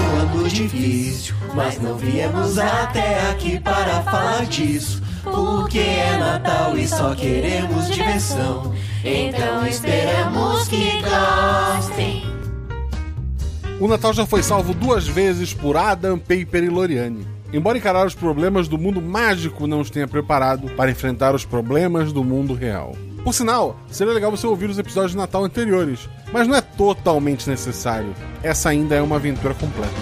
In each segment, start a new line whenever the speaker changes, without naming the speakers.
é um difícil, mas não viemos até aqui para falar disso. Porque é Natal e só queremos diversão. Então esperamos que gostem.
O Natal já foi salvo duas vezes por Adam, Paper e Loriane. Embora encarar os problemas do mundo mágico não os tenha preparado para enfrentar os problemas do mundo real. Por sinal, seria legal você ouvir os episódios de Natal anteriores, mas não é totalmente necessário. Essa ainda é uma aventura completa.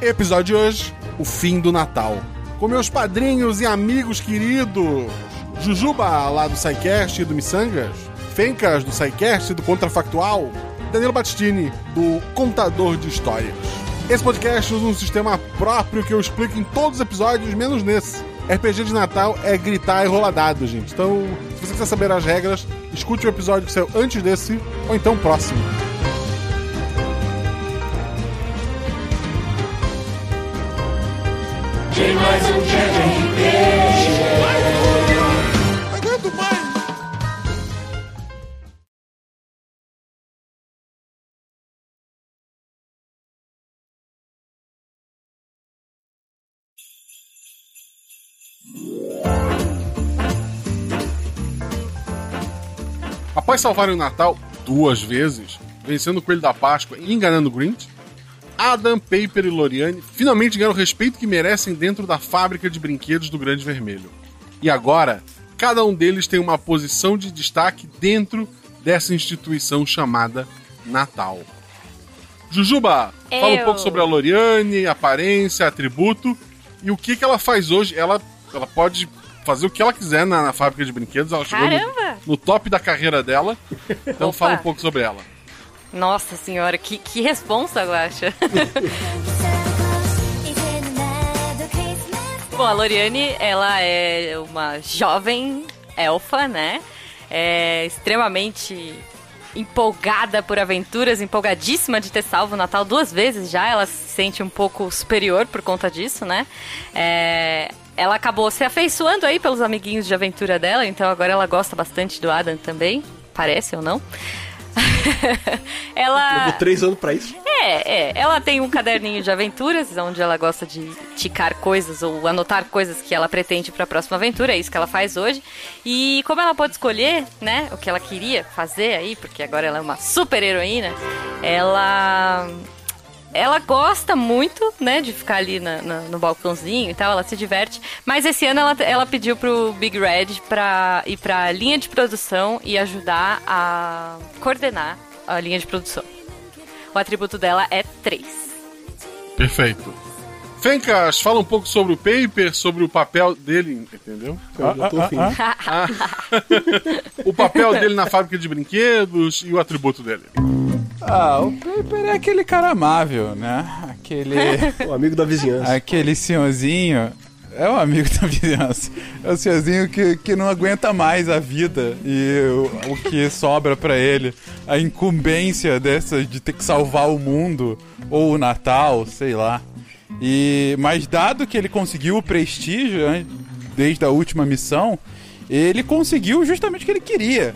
Episódio de hoje: O fim do Natal. Com meus padrinhos e amigos queridos: Jujuba, lá do SciCast e do Missangas, Fencas, do SciCast e do Contrafactual, Danilo Battistini, do Contador de Histórias. Esse podcast usa um sistema próprio que eu explico em todos os episódios, menos nesse. RPG de Natal é gritar e rolar dados, gente. Então, se você quiser saber as regras, escute o episódio que saiu antes desse, ou então o próximo.
Tem mais um dia de RPG.
Após salvarem o Natal duas vezes, vencendo o Coelho da Páscoa e enganando o Grinch, Adam, Paper e Loriane finalmente ganharam o respeito que merecem dentro da fábrica de brinquedos do Grande Vermelho. E agora, cada um deles tem uma posição de destaque dentro dessa instituição chamada Natal. Jujuba, fala um
Eu.
pouco sobre a Loriane, aparência, atributo e o que, que ela faz hoje. Ela, ela pode fazer o que ela quiser na, na fábrica de brinquedos. Ela chegou no-
Caramba!
no top da carreira dela. Então
Opa.
fala um pouco sobre ela.
Nossa senhora, que, que responsa, Guaxa. Bom, a Loriane, ela é uma jovem elfa, né? É extremamente empolgada por aventuras, empolgadíssima de ter salvo o Natal duas vezes já. Ela se sente um pouco superior por conta disso, né? É, Ela acabou se afeiçoando aí pelos amiguinhos de aventura dela, então agora ela gosta bastante do Adam também, parece ou não. ela.
Levou três anos pra isso.
É, é. Ela tem um caderninho de aventuras, onde ela gosta de ticar coisas ou anotar coisas que ela pretende para a próxima aventura, é isso que ela faz hoje. E como ela pode escolher, né, o que ela queria fazer aí, porque agora ela é uma super heroína, ela. Ela gosta muito, né, de ficar ali na- na- no balcãozinho e tal, ela se diverte. Mas esse ano ela, ela pediu pro Big Red pra ir pra linha de produção e ajudar a coordenar a linha de produção. O atributo dela é 3.
Perfeito. Fencas, fala um pouco sobre o paper, sobre o papel dele, entendeu?
Ah,
Eu já tô afim.
O papel dele na fábrica de brinquedos e o atributo dele.
Ah, o Paper é aquele cara amável, né? Aquele,
O amigo da vizinhança.
aquele senhorzinho. É um amigo da vizinhança. É o senhorzinho que, que não aguenta mais a vida e o, o que sobra pra ele. A incumbência dessa de ter que salvar o mundo ou o Natal, sei lá. E mas dado que ele conseguiu o prestígio né, desde a última missão, ele conseguiu justamente o que ele queria.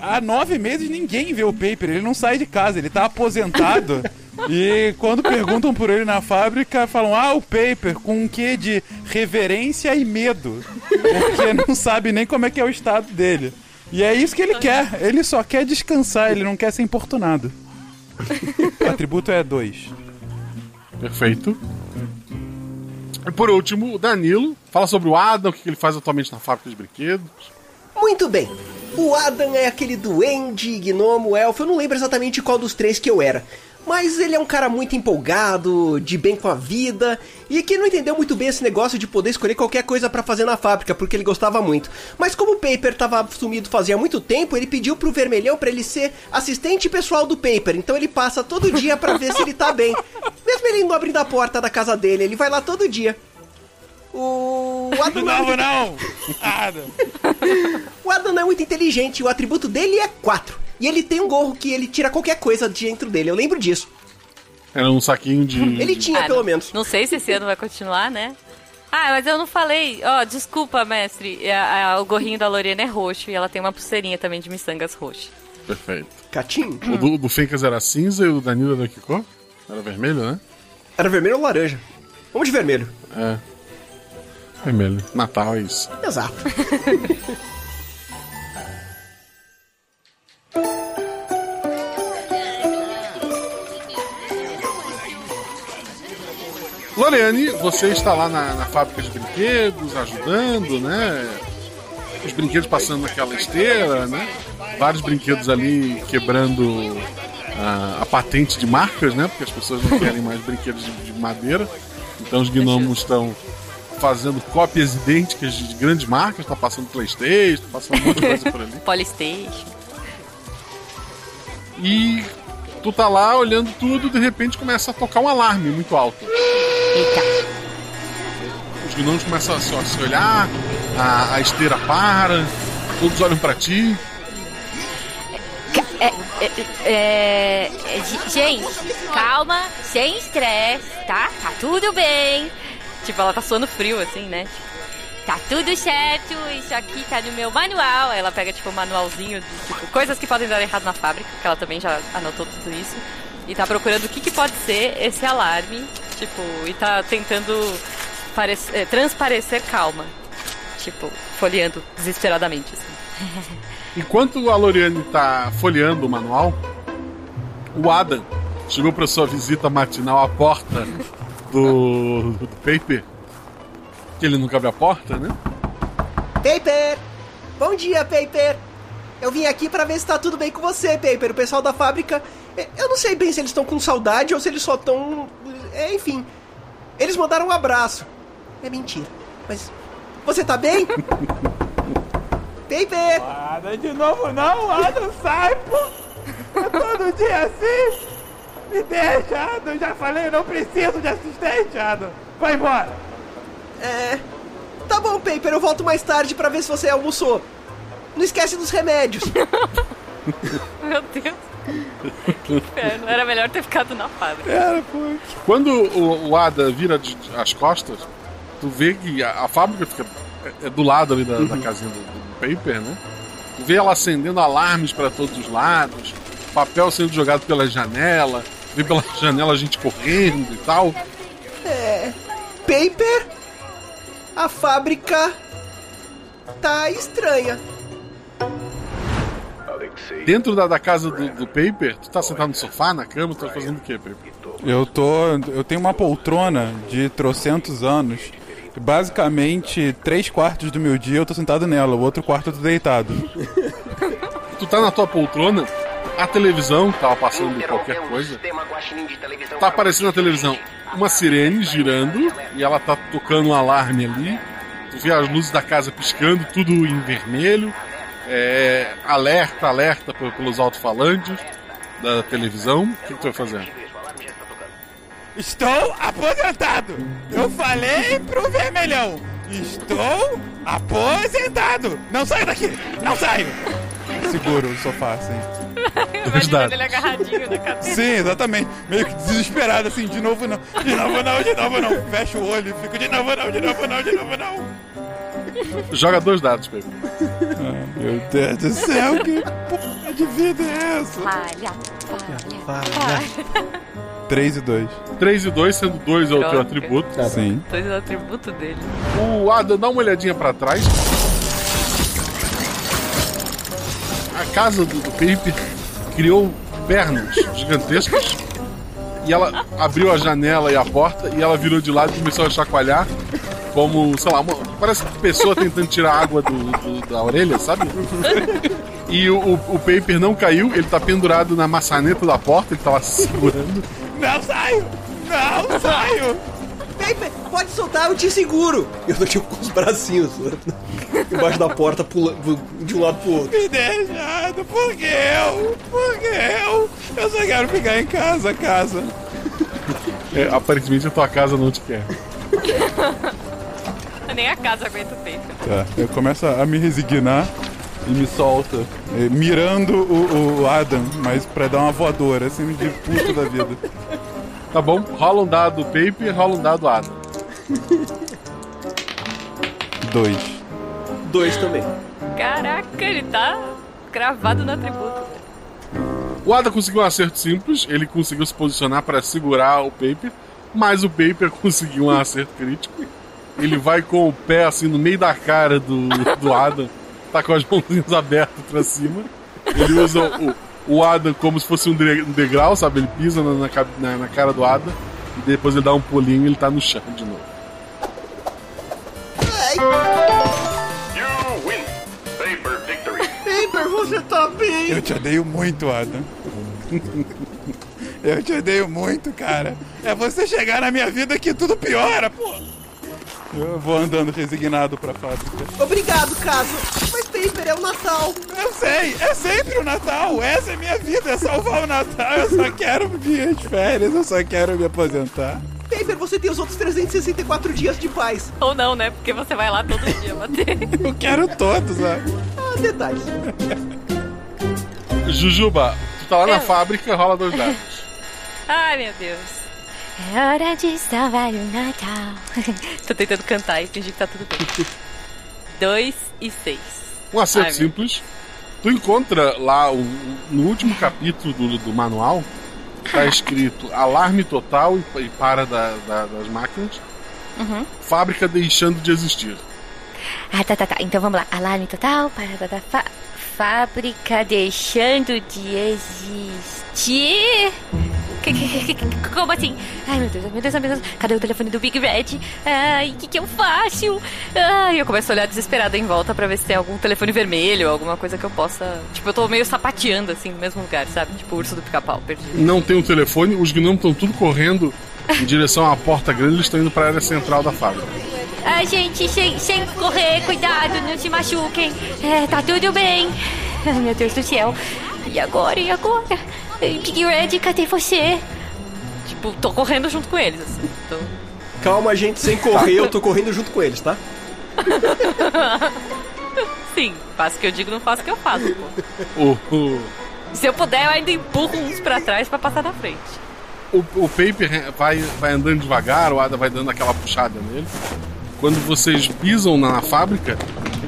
Há nove meses ninguém vê o Paper, ele não sai de casa, ele tá aposentado. e quando perguntam por ele na fábrica, falam: Ah, o Paper, com um quê de reverência e medo. Porque não sabe nem como é que é o estado dele. E é isso que ele quer, ele só quer descansar, ele não quer ser importunado. O atributo é dois.
Perfeito. E por último, o Danilo, fala sobre o Adam, o que ele faz atualmente na fábrica de brinquedos.
Muito bem. O Adam é aquele duende, gnomo, elfo, eu não lembro exatamente qual dos três que eu era. Mas ele é um cara muito empolgado, de bem com a vida, e que não entendeu muito bem esse negócio de poder escolher qualquer coisa pra fazer na fábrica, porque ele gostava muito. Mas como o Paper tava sumido fazia muito tempo, ele pediu pro Vermelhão pra ele ser assistente pessoal do Paper, então ele passa todo dia pra ver se ele tá bem. Mesmo ele não abrindo a porta da casa dele, ele vai lá todo dia. O Adam é muito
não! Nada!
o Adam não é muito inteligente, o atributo dele é 4. E ele tem um gorro que ele tira qualquer coisa de dentro dele, eu lembro disso.
Era um saquinho de.
Hum.
Ele tinha, pelo
Ah, não,
menos.
Não sei se esse ano vai continuar, né? Ah, mas eu não falei. Ó, desculpa, mestre. É, é, o gorrinho da Lorena é roxo e ela tem uma pulseirinha também de miçangas roxa.
Perfeito.
Catinho?
O do, do Fencas era cinza e o do Danilo era que cor? Era vermelho, né?
Era vermelho ou laranja? Vamos de vermelho.
É. Vermelho. Natal é isso.
Exato.
Loriane, você está lá na, na fábrica de brinquedos, ajudando, né? Os brinquedos passando naquela esteira, né? Vários brinquedos ali quebrando ah, a patente de marcas, né? Porque as pessoas não querem mais brinquedos de, de madeira. Então os gnomos estão fazendo cópias idênticas de grandes marcas, tá passando Playstation, tá passando um monte de coisa por ali.
Polystation.
E tu tá lá olhando tudo, de repente começa a tocar um alarme muito alto.
Eita.
Os gnomos começam a se a se olhar, a, a esteira para, todos olham pra ti.
Ca- É, é, é, é, ge- gente, calma, sem estresse, tá? Tá tudo bem. Tipo, ela tá suando frio, assim, né? Tipo, Tá tudo certo, isso aqui tá no meu manual. Aí Ela pega, tipo, um manualzinho de tipo, coisas que podem dar errado na fábrica, que ela também já anotou tudo isso. E tá procurando o que, que pode ser esse alarme. Tipo, e tá tentando parec- eh, transparecer calma. Tipo, folheando desesperadamente, assim.
Enquanto a Loriane tá folheando o manual, o Adam chegou pra sua visita matinal à porta do, do paper. Que ele nunca abre a porta, né?
Paper! Bom dia, Paper! Eu vim aqui pra ver se tá tudo bem com você, Paper. O pessoal da fábrica. eh, Eu não sei bem se eles estão com saudade ou se eles só estão. É, enfim. Eles mandaram um abraço. É mentira. Mas. Você tá bem? Paper!
Adam, de novo não, Adam, sai, pô! É todo dia assim! Me deixa, Adam, já falei, eu não preciso de assistente, Adam! Vai embora!
É. Tá bom, Paper, eu volto mais tarde pra ver se você almoçou. Não esquece dos remédios.
Meu Deus. que inferno. É, Era melhor ter ficado na fábrica.
Cara, pô,
Quando o, o Ada vira de- as costas, tu vê que a, a fábrica fica é, é do lado ali da, da
Uhum.
casinha do, do paper, né? Tu vê ela acendendo alarmes para todos os lados, papel sendo jogado pela janela, vê pela janela a gente correndo e tal.
É, Paper? A fábrica. Tá estranha.
Dentro da, da casa do, do paper, tu tá sentado no sofá, na cama, tu tá fazendo o quê, paper?
Eu tô. Eu tenho uma poltrona de trocentos anos. Basicamente, três quartos do meu dia eu tô sentado nela, o outro quarto eu tô deitado.
Tu tá na tua poltrona, a televisão tava passando qualquer coisa. Tá aparecendo na televisão uma sirene girando e ela tá tocando um alarme ali. Tu vê as luzes da casa piscando, tudo em vermelho. É, alerta, alerta pe- pelos alto-falantes da televisão. O que, que tu vai fazer?
Estou aposentado! Eu falei pro vermelhão! Estou aposentado! Não saio daqui! Não saio! Seguro o sofá, assim.
Verdade.
ele agarradinho na cadeira.
Sim, exatamente. Meio que desesperado, assim, de novo não, de novo não, de novo não. Fecho o olho e fico de novo não, de novo não, de novo não.
Joga dois dados, Pedro.
Ah, Meu Deus do céu, que porra de vida é essa?
Falha, falha, falha.
3 e 2.
3 e 2, sendo 2 é o teu
Droga.
atributo.
Sim.
Dois atributos dele.
O Adam dá uma olhadinha pra trás. A casa do, do Felipe criou pernas gigantescas. E ela abriu a janela e a porta e ela virou de lado e começou a chacoalhar. Como, sei lá, uma, parece que pessoa tentando tirar água do, do- da orelha, sabe? E o, o, o paper não caiu, ele tá pendurado na maçaneta da porta, ele tá lá se segurando.
Não saio! Não saio!
Paper, pode soltar, eu te seguro.
Eu tô tipo com os bracinhos embaixo da porta, pulando de um lado pro outro.
Me deixado, por que eu? Por que eu? Eu só quero ficar em casa, casa.
É, aparentemente a tua casa não te quer.
Nem a casa aguenta o peito.
Tá, eu começo a me resignar e me solta. eh, Mirando o, o Adam, mas pra dar uma voadora, assim, de puto da vida.
Tá bom? Rola um dado paper, rola um dado Adam.
Dois.
Dois também.
Caraca, ele tá cravado no atributo.
O Ada conseguiu um acerto simples, ele conseguiu se posicionar para segurar o paper, Mas o Paper conseguiu um acerto crítico. Ele vai com o pé assim no meio da cara do, do Adam, tá com as mãozinhas abertas pra cima. Ele usa o, o Adam como se fosse um dre- um degrau, sabe? Ele pisa na, na cabe- na- na cara do Adam e depois ele dá um pulinho e ele tá no chão de novo.
You win. Paper victory.
Paper, você tá bem?
Eu te odeio muito, Adam. Eu te odeio muito, cara. É você chegar na minha vida que tudo piora, pô. Eu vou andando resignado pra fábrica.
Obrigado, caso. Mas Paper, é o Natal.
Eu sei, é sempre o Natal. Essa é minha vida, é salvar o Natal. Eu só quero minhas férias, eu só quero me aposentar.
Paper, você tem os outros 364 dias de paz.
Ou não, né? Porque você vai lá todo dia bater.
Eu quero todos, né?
Ah,
É um
detalhes.
Jujuba, tu tá lá na
Eu.
fábrica, rola dois dados.
Ai, meu Deus. É hora de salvar o Natal. Tô tentando cantar e fingir que tá tudo bem. Dois e seis.
Um acerto
Ai, meu.
simples. Tu encontra lá o- o- no último capítulo do, do manual, tá escrito alarme total e, e para da- da- das máquinas. Fábrica deixando de existir.
Uhum. Ah, tá, tá, tá. Então vamos lá. Alarme total, parada da fa- fábrica deixando de existir. Que- que- que- que- Como assim? Ai, meu Deus, ai, meu Deus, ai, meu Deus. Cadê o telefone do Big Red? Ai, o que, que eu faço? Ai, eu começo a olhar desesperada em volta pra ver se tem algum telefone vermelho, alguma coisa que eu possa. Tipo, eu tô meio sapateando assim no mesmo lugar, sabe? Tipo, o urso do pica-pau perdido.
Não tem um telefone, os gnomos estão tudo correndo em direção à porta grande, eles estão indo pra área central da fábrica.
Ai, gente, sem, sem correr, cuidado, não se machuquem. É, tá tudo bem. Ai, meu Deus do céu. E agora, e agora? Ei, Big Red, cadê você? Tipo, tô correndo junto com eles, assim. Tô...
Calma, gente, sem correr, eu tô correndo junto com eles, tá?
Sim, faço o que eu digo, não faço o que eu faço, pô.
O, o,
Se eu puder, eu ainda empurro uns pra trás pra passar na frente.
o, o Paper vai, vai andando devagar, o Ada vai dando aquela puxada nele. Quando vocês pisam na, na fábrica,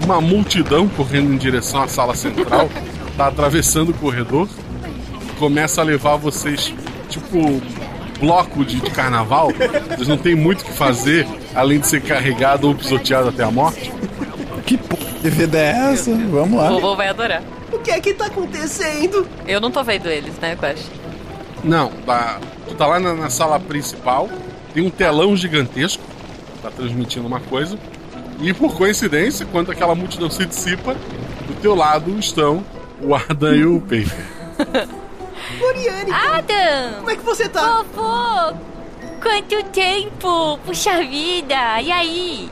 uma multidão correndo em direção à sala central tá atravessando o corredor, começa a levar vocês, tipo, bloco de, de carnaval. Vocês não tem muito o que fazer além de ser carregado ou pisoteado até a morte.
Que porra de vida é essa? Vamos
O
lá.
vovô vai adorar.
O que é que tá acontecendo?
Eu não tô vendo eles, né, Quest?
Não, tá, tu tá lá na, na sala principal, tem um telão gigantesco, tá transmitindo uma coisa, e por coincidência, quando aquela multidão se dissipa, do teu lado estão o Adam e o Paper.
Floriane,
Adam!
como é que você tá?
Vovô! Quanto tempo! Puxa vida! E aí?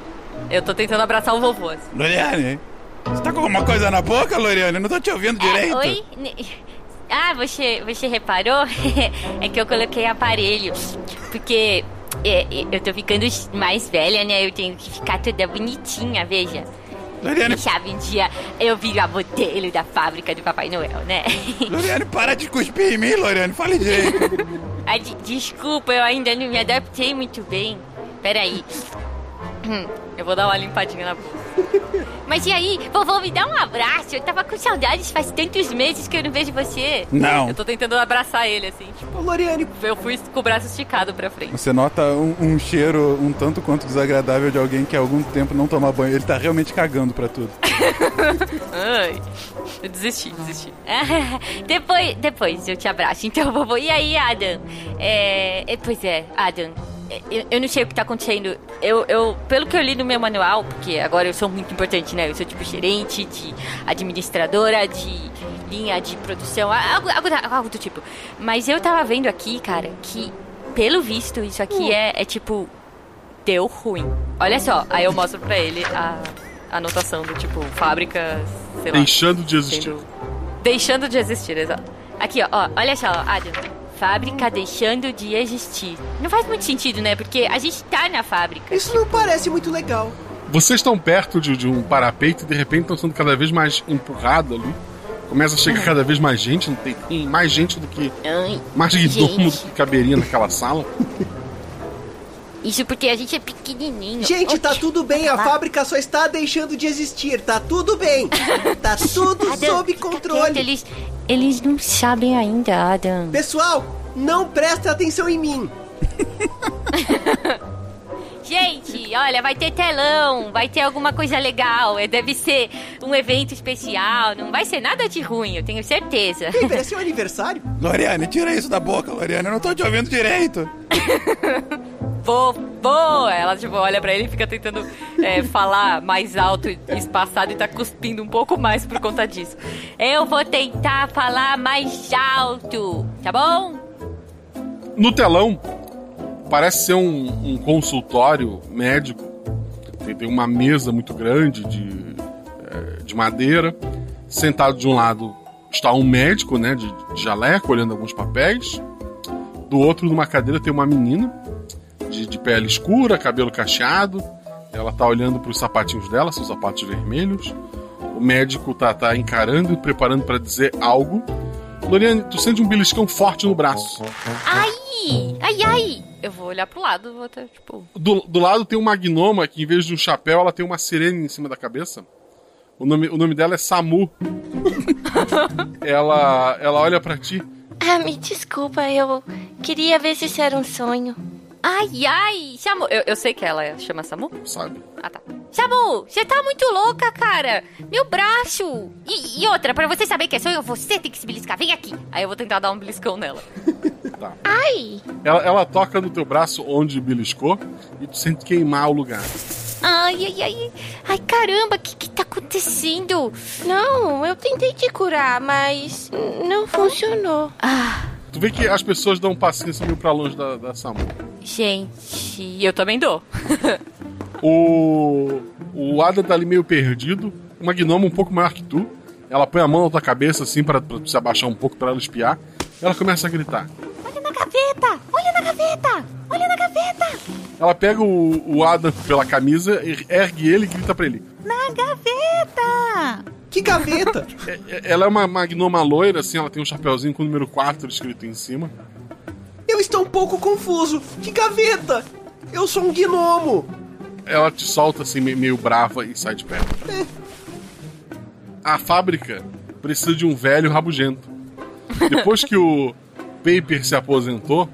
Eu tô tentando abraçar o vovô, assim.
Loriane, você tá com alguma coisa na boca, Loriane? Eu não tô te ouvindo direito.
É, Oi? Ne- Ah, você, você reparou? é que eu coloquei aparelho. Porque é, é, eu tô ficando mais velha, né? Eu tenho que ficar toda bonitinha, veja.
Loriane,
Quem sabe um dia eu viro a modelo da fábrica do Papai Noel, né?
Loriane, para de cuspir em mim, Loriane. Fale direito.
Ah, de- desculpa, eu ainda não me adaptei muito bem. Peraí. Hum, Eu vou dar uma limpadinha na boca. Mas e aí, vovô, me dá um abraço. Eu tava com saudades faz tantos meses que eu não vejo você.
Não.
Eu tô tentando abraçar ele, assim, tipo.
Ô, Loriane,
Eu fui com o braço esticado pra frente.
Você nota um, um cheiro um tanto quanto desagradável de alguém que há algum tempo não toma banho. Ele tá realmente cagando pra tudo.
Ai. Eu desisti, desisti. depois, depois eu te abraço. Então, vovô. E aí, Adam? É, é, pois é, Adam. é, Eu, eu não sei o que tá acontecendo. Eu, eu, pelo que eu li no meu manual, porque agora eu sou muito importante, né? Eu sou tipo gerente, de administradora, de linha de produção, algo, algo, da- algo do tipo. Mas eu tava vendo aqui, cara, que pelo visto isso aqui é, é tipo deu ruim. Olha só, aí eu mostro pra ele a a anotação do tipo fábrica, sei lá.
Deixando de existir.
sendo- Deixando de existir, exato. Aqui, ó, ó, olha só, Adam. Fábrica deixando de existir. Não faz muito sentido, né? Porque a gente tá na fábrica.
isso não parece muito legal.
Vocês estão perto de, de um parapeito e de repente estão sendo cada vez mais empurrados ali. Começa a chegar cada vez mais gente, não tem, tem mais gente do que.
Ai,
Mais gnomo do
gente,
que caberia naquela sala.
isso porque a gente é pequenininho.
Gente, tá
Oxi.
tudo bem, a fábrica só está deixando de existir, tá tudo bem. Tá tudo
Adam,
sob
fica quieto,
controle.
Eles, eles não sabem ainda, Adam.
Pessoal, não presta atenção em mim.
Gente, olha, vai ter telão, vai ter alguma coisa legal, é, deve ser um evento especial, não vai ser nada de ruim, eu tenho certeza.
Ei, velho, é seu aniversário?
Loriane, tira isso da boca, Loriane. Eu não tô te ouvindo direito.
Vou, vou! Ela, tipo, olha pra ele e fica tentando é, falar mais alto e espaçado e tá cuspindo um pouco mais por conta disso. Eu vou tentar falar mais alto, tá bom?
No telão, parece ser um, um consultório médico. Tem, tem uma mesa muito grande de, eh, de madeira. Sentado de um lado está um médico, né, de, de jaleco, olhando alguns papéis. Do outro, numa cadeira, tem uma menina de, de pele escura, cabelo cacheado. Ela tá olhando para os sapatinhos dela, seus sapatos vermelhos. O médico tá, tá encarando e preparando para dizer algo. Loriane, tu sente um beliscão forte no braço.
Ai! Ai, ai! Eu vou olhar pro lado, vou até, tipo.
Do, do lado tem uma gnoma que, em vez de um chapéu, ela tem uma sirene em cima da cabeça. O nome, o nome dela é Samu. ela, ela olha pra ti.
Ah, me desculpa, eu queria ver se isso era um sonho.
Ai, ai! Samu! Eu, eu sei que ela chama Samu.
Sabe?
Ah, tá. Samu, você tá muito louca, cara! Meu braço! E, e outra, pra você saber que é sonho, você tem que se beliscar. Vem aqui! Aí eu vou tentar dar um beliscão nela.
Ai!
Tá. Ela, ela toca no teu braço onde beliscou e tu sente queimar o lugar.
Ai, ai, ai! Ai, caramba, o que, que tá acontecendo?
Não, eu tentei te curar, mas não funcionou.
Tu vê que as pessoas dão um passinho assim meio pra longe da, da Samu.
Gente, eu também dou.
O, o Ada tá ali meio perdido. Uma gnoma um pouco maior que tu. Ela põe a mão na tua cabeça assim pra, pra tu se abaixar um pouco pra ela espiar. Ela começa a gritar.
Olha na gaveta! Olha na gaveta! Olha na gaveta!
Ela pega o, o Adam pela camisa, er- ergue ele e grita pra ele.
Na gaveta!
Que gaveta!
É- é- Ela é uma, uma gnoma loira, assim, ela tem um chapéuzinho com o número 4 escrito em cima.
Eu estou um pouco confuso. Que gaveta? Eu sou um gnomo.
Ela te solta assim, me- meio brava e sai de perto. A fábrica precisa de um velho rabugento. Depois que o Paper se aposentou,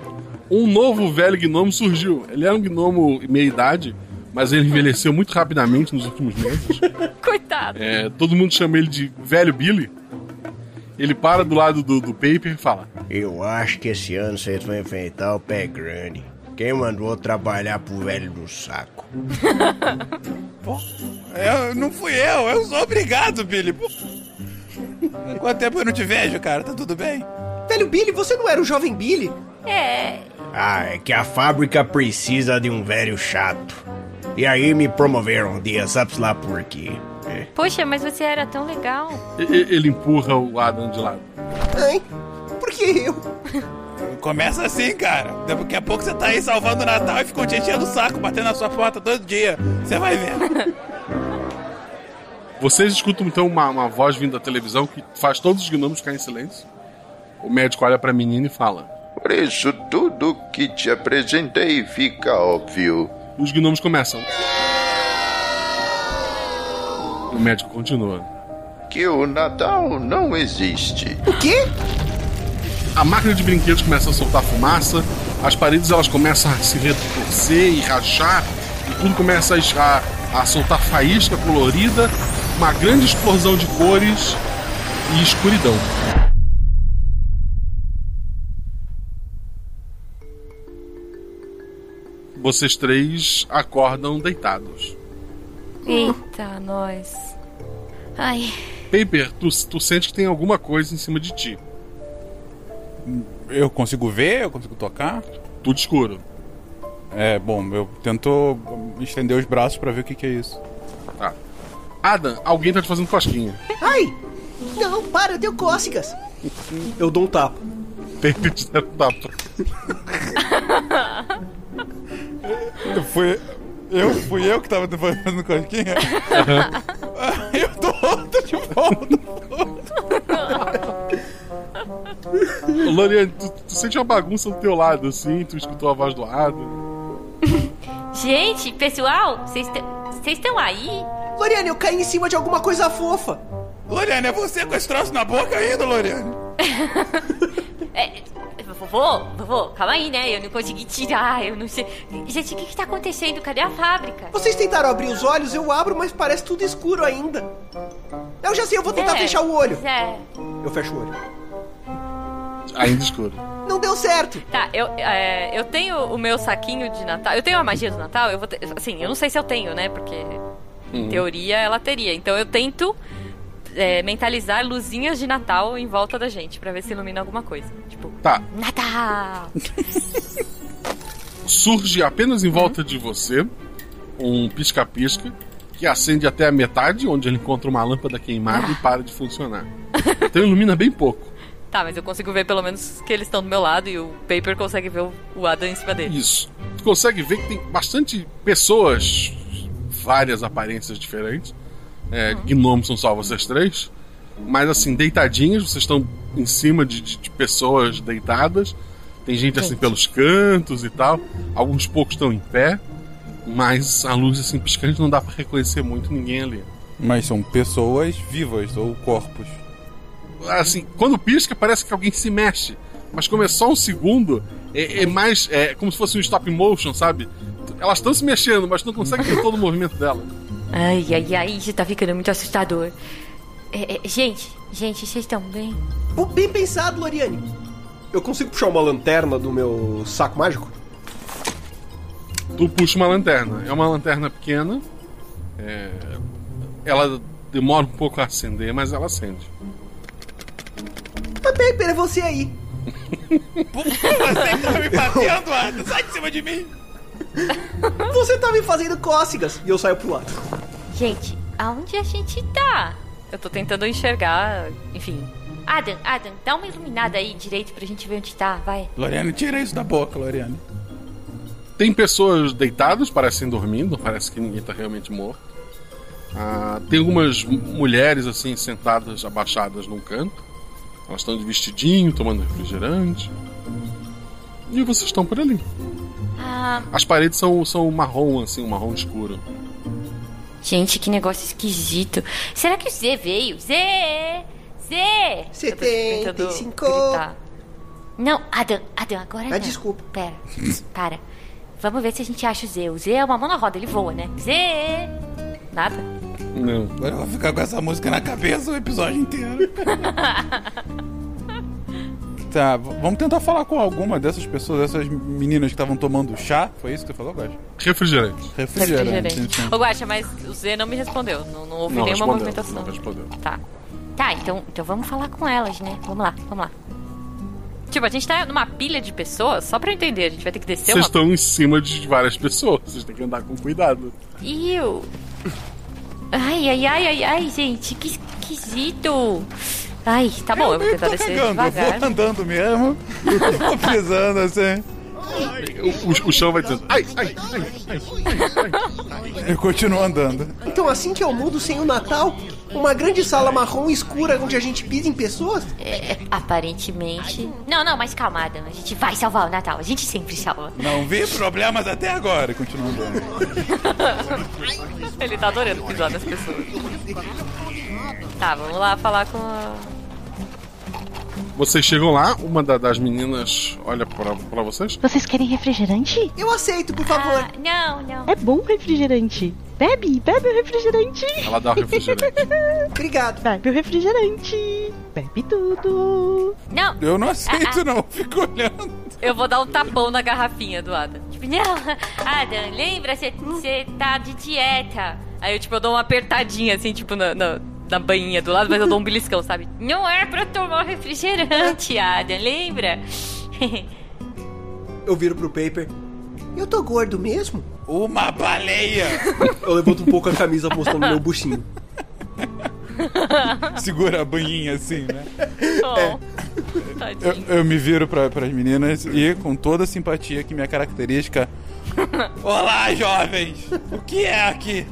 um novo velho gnomo surgiu. Ele era um gnomo meia-idade, mas ele envelheceu muito rapidamente nos últimos meses.
Coitado!
É, todo mundo chama ele de Velho Billy. Ele para do lado do, do Paper e fala:
Eu acho que esse ano vocês vão enfrentar o pé grande. Quem mandou trabalhar pro velho do saco?
Eu, não fui eu, eu sou obrigado, Billy. Pô. Quanto tempo eu não te vejo, cara? Tá tudo bem?
Velho Billy, você não era o jovem Billy?
Ah, é que a fábrica precisa de um velho chato. E aí me promoveram um dia, sabe lá por quê? É.
Poxa, mas você era tão legal.
E- e- Ele empurra o Adam de lado.
Hein? Por que eu?
Começa assim, cara. Daqui a pouco você tá aí salvando o Natal e ficou te enchendo o saco, batendo na sua porta todo dia. Você vai ver.
Vocês escutam então uma, uma voz vindo da televisão que faz todos os gnomos ficarem em silêncio. O médico olha pra menina e fala.
Por isso, tudo que te apresentei fica óbvio.
Os gnomos começam. O médico continua.
Que o Natal não existe.
O quê?
A máquina de brinquedos começa a soltar fumaça, as paredes elas começam a se retorcer e rachar, e tudo começa a, esra- a soltar faísca colorida, uma grande explosão de cores e escuridão. Vocês três acordam deitados.
Eita, nós.
Ai,
Paper, tu, tu sente que tem alguma coisa em cima de ti.
Eu consigo ver, eu consigo tocar.
Tudo escuro.
É, bom, eu tento estender os braços pra ver o que, que é isso.
Tá. Adam, alguém tá te fazendo cosquinha.
Ai! Não, para, eu tenho cócegas. Eu dou um tapa.
Paper te dá um tapa.
Foi. Eu fui eu que tava fazendo cosquinha? eu tô outro de volta.
Ô, Loriane, tu, tu sente uma bagunça do teu lado, assim, tu escutou a voz do Adam.
Gente, pessoal, vocês estão aí?
Loriane, eu caí em cima de alguma coisa fofa.
Loriane, é você com esse troço na boca ainda, Loriane?
É, vovô, vovô, calma aí, né? Eu não consegui tirar, eu não sei. Gente, o que que tá acontecendo? Cadê a fábrica?
Vocês tentaram abrir os olhos, eu abro, mas parece tudo escuro ainda. Eu já sei, eu vou tentar
É,
fechar o olho.
É.
Eu fecho o olho.
Ainda escuro.
Não deu certo.
Tá, eu, é, eu tenho o meu saquinho de Natal. Eu tenho a magia do Natal, eu vou. te- Assim, eu não sei se eu tenho, né? Porque em teoria ela teria. Então eu tento é, mentalizar luzinhas de Natal em volta da gente pra ver se ilumina alguma coisa. Tipo,
Tá,
Natal!
surge apenas em volta de você um pisca-pisca que acende até a metade, onde ele encontra uma lâmpada queimada e para de funcionar. Então ilumina bem pouco.
Tá, mas eu consigo ver pelo menos que eles estão do meu lado e o Paper consegue ver o- o Adam em cima dele.
Isso. Tu consegue ver que tem bastante pessoas, várias aparências diferentes. É, Gnomos são só vocês três. Mas assim, deitadinhos, vocês estão em cima de, de- de pessoas deitadas. Tem gente assim pelos cantos e tal. Alguns poucos estão em pé. Mas a luz assim piscante não dá pra reconhecer muito ninguém ali.
Mas são pessoas vivas ou corpos.
Assim, quando pisca, parece que alguém se mexe. Mas como é só um segundo, é, é mais. É como se fosse um stop motion, sabe? Elas estão se mexendo, mas tu não consegue ver todo o movimento dela.
Ai, ai, ai, isso tá ficando muito assustador. É, é, gente, gente, vocês estão bem?
Pô, Bem pensado, Loriane.
Eu consigo puxar uma lanterna do meu saco mágico?
Tu puxa uma lanterna. É uma lanterna pequena. é, Ela demora um pouco a acender, mas ela acende.
Tá bem, pera, é você aí.
Você tá me batendo, Adam! Sai de cima de mim!
Você tá me fazendo cócegas. E eu saio pro lado.
Gente, aonde a gente tá? Eu tô tentando enxergar, enfim. Adam, Adam, dá uma iluminada aí direito pra gente ver onde tá, vai.
Loriane, tira isso da boca, Loriane.
Tem pessoas deitadas, parecem dormindo, parece que ninguém tá realmente morto. Ah, tem algumas mu- mulheres assim sentadas, abaixadas num canto. Elas estão de vestidinho, tomando refrigerante. E vocês estão por ali.
Ah,
As paredes são, são marrom, assim, um marrom escuro.
gente, que negócio esquisito. Será que o Z veio? Z! Z!
Você
Eu tô
tem-
tentando
tem cinco.
gritar. Não, Adam, Adam, agora
Ah,
não.
desculpa.
Pera, para. Vamos ver se a gente acha o Z. O Z é uma mão na roda, ele voa, né? Z! Nada.
Não.
Agora eu vou ficar com essa música na cabeça o episódio inteiro. tá, v- vamos tentar falar com alguma dessas pessoas, dessas meninas que estavam tomando chá. Foi isso que você falou, Guaxa?
Refrigerante.
Refrigerante. sim, sim.
é Ô, Guaxa, mas o Z não me respondeu. Não, não ouvi
Não
nenhuma
respondeu,
movimentação.
não respondeu.
Tá. Tá, então, então vamos falar com elas, né? Vamos lá, vamos lá. Tipo, a gente tá numa pilha de pessoas, só pra eu entender, a gente vai ter que descer
Vocês
uma.
estão em cima de várias pessoas, vocês têm que andar com cuidado.
Iu! Ai, ai, ai, ai, ai, gente, que esquisito! Ai, tá bom, eu vou
Eu
tentar
tô
descer
cagando, eu
devagar. né?
vou andando mesmo. vou pisando assim.
O, o chão vai dizendo: ai, ai, ai, ai, ai, ai.
Eu continuo andando.
Então, assim que é o mundo sem o Natal, uma grande sala marrom escura onde a gente pisa em pessoas?
É, aparentemente. Não, não, mas calma, Adam. A gente vai salvar o Natal. A gente sempre salva.
Não vi problemas até agora e continuo andando.
Ele tá adorando pisar nas pessoas. Tá, vamos lá falar com a.
Vocês chegam lá, uma da- das meninas olha pra, pra vocês.
Vocês querem refrigerante?
Eu aceito, por favor.
Ah, não, não.
É bom refrigerante. Bebe, bebe o refrigerante.
Ela dá o refrigerante.
Obrigado.
Bebe o refrigerante. Bebe tudo.
Não, Ah,
Eu não aceito, não. Fico olhando.
eu vou dar um tapão na garrafinha do Adam. Tipo, não, Adam, lembra, você tá de dieta. Aí eu, tipo, eu dou uma apertadinha, assim, tipo, na, na, na bainha do lado, mas eu dou um beliscão, sabe? Não é pra tomar refrigerante, Adam, lembra?
Eu viro pro paper. Eu tô gordo mesmo?
Uma baleia!
Eu levanto um pouco a camisa mostrando meu buchinho.
Segura a banhinha assim, né?
Bom,
Eu,
Oh. tadinho.
eu me viro para as meninas e, com toda a simpatia que minha característica. Olá, jovens! O que é aqui?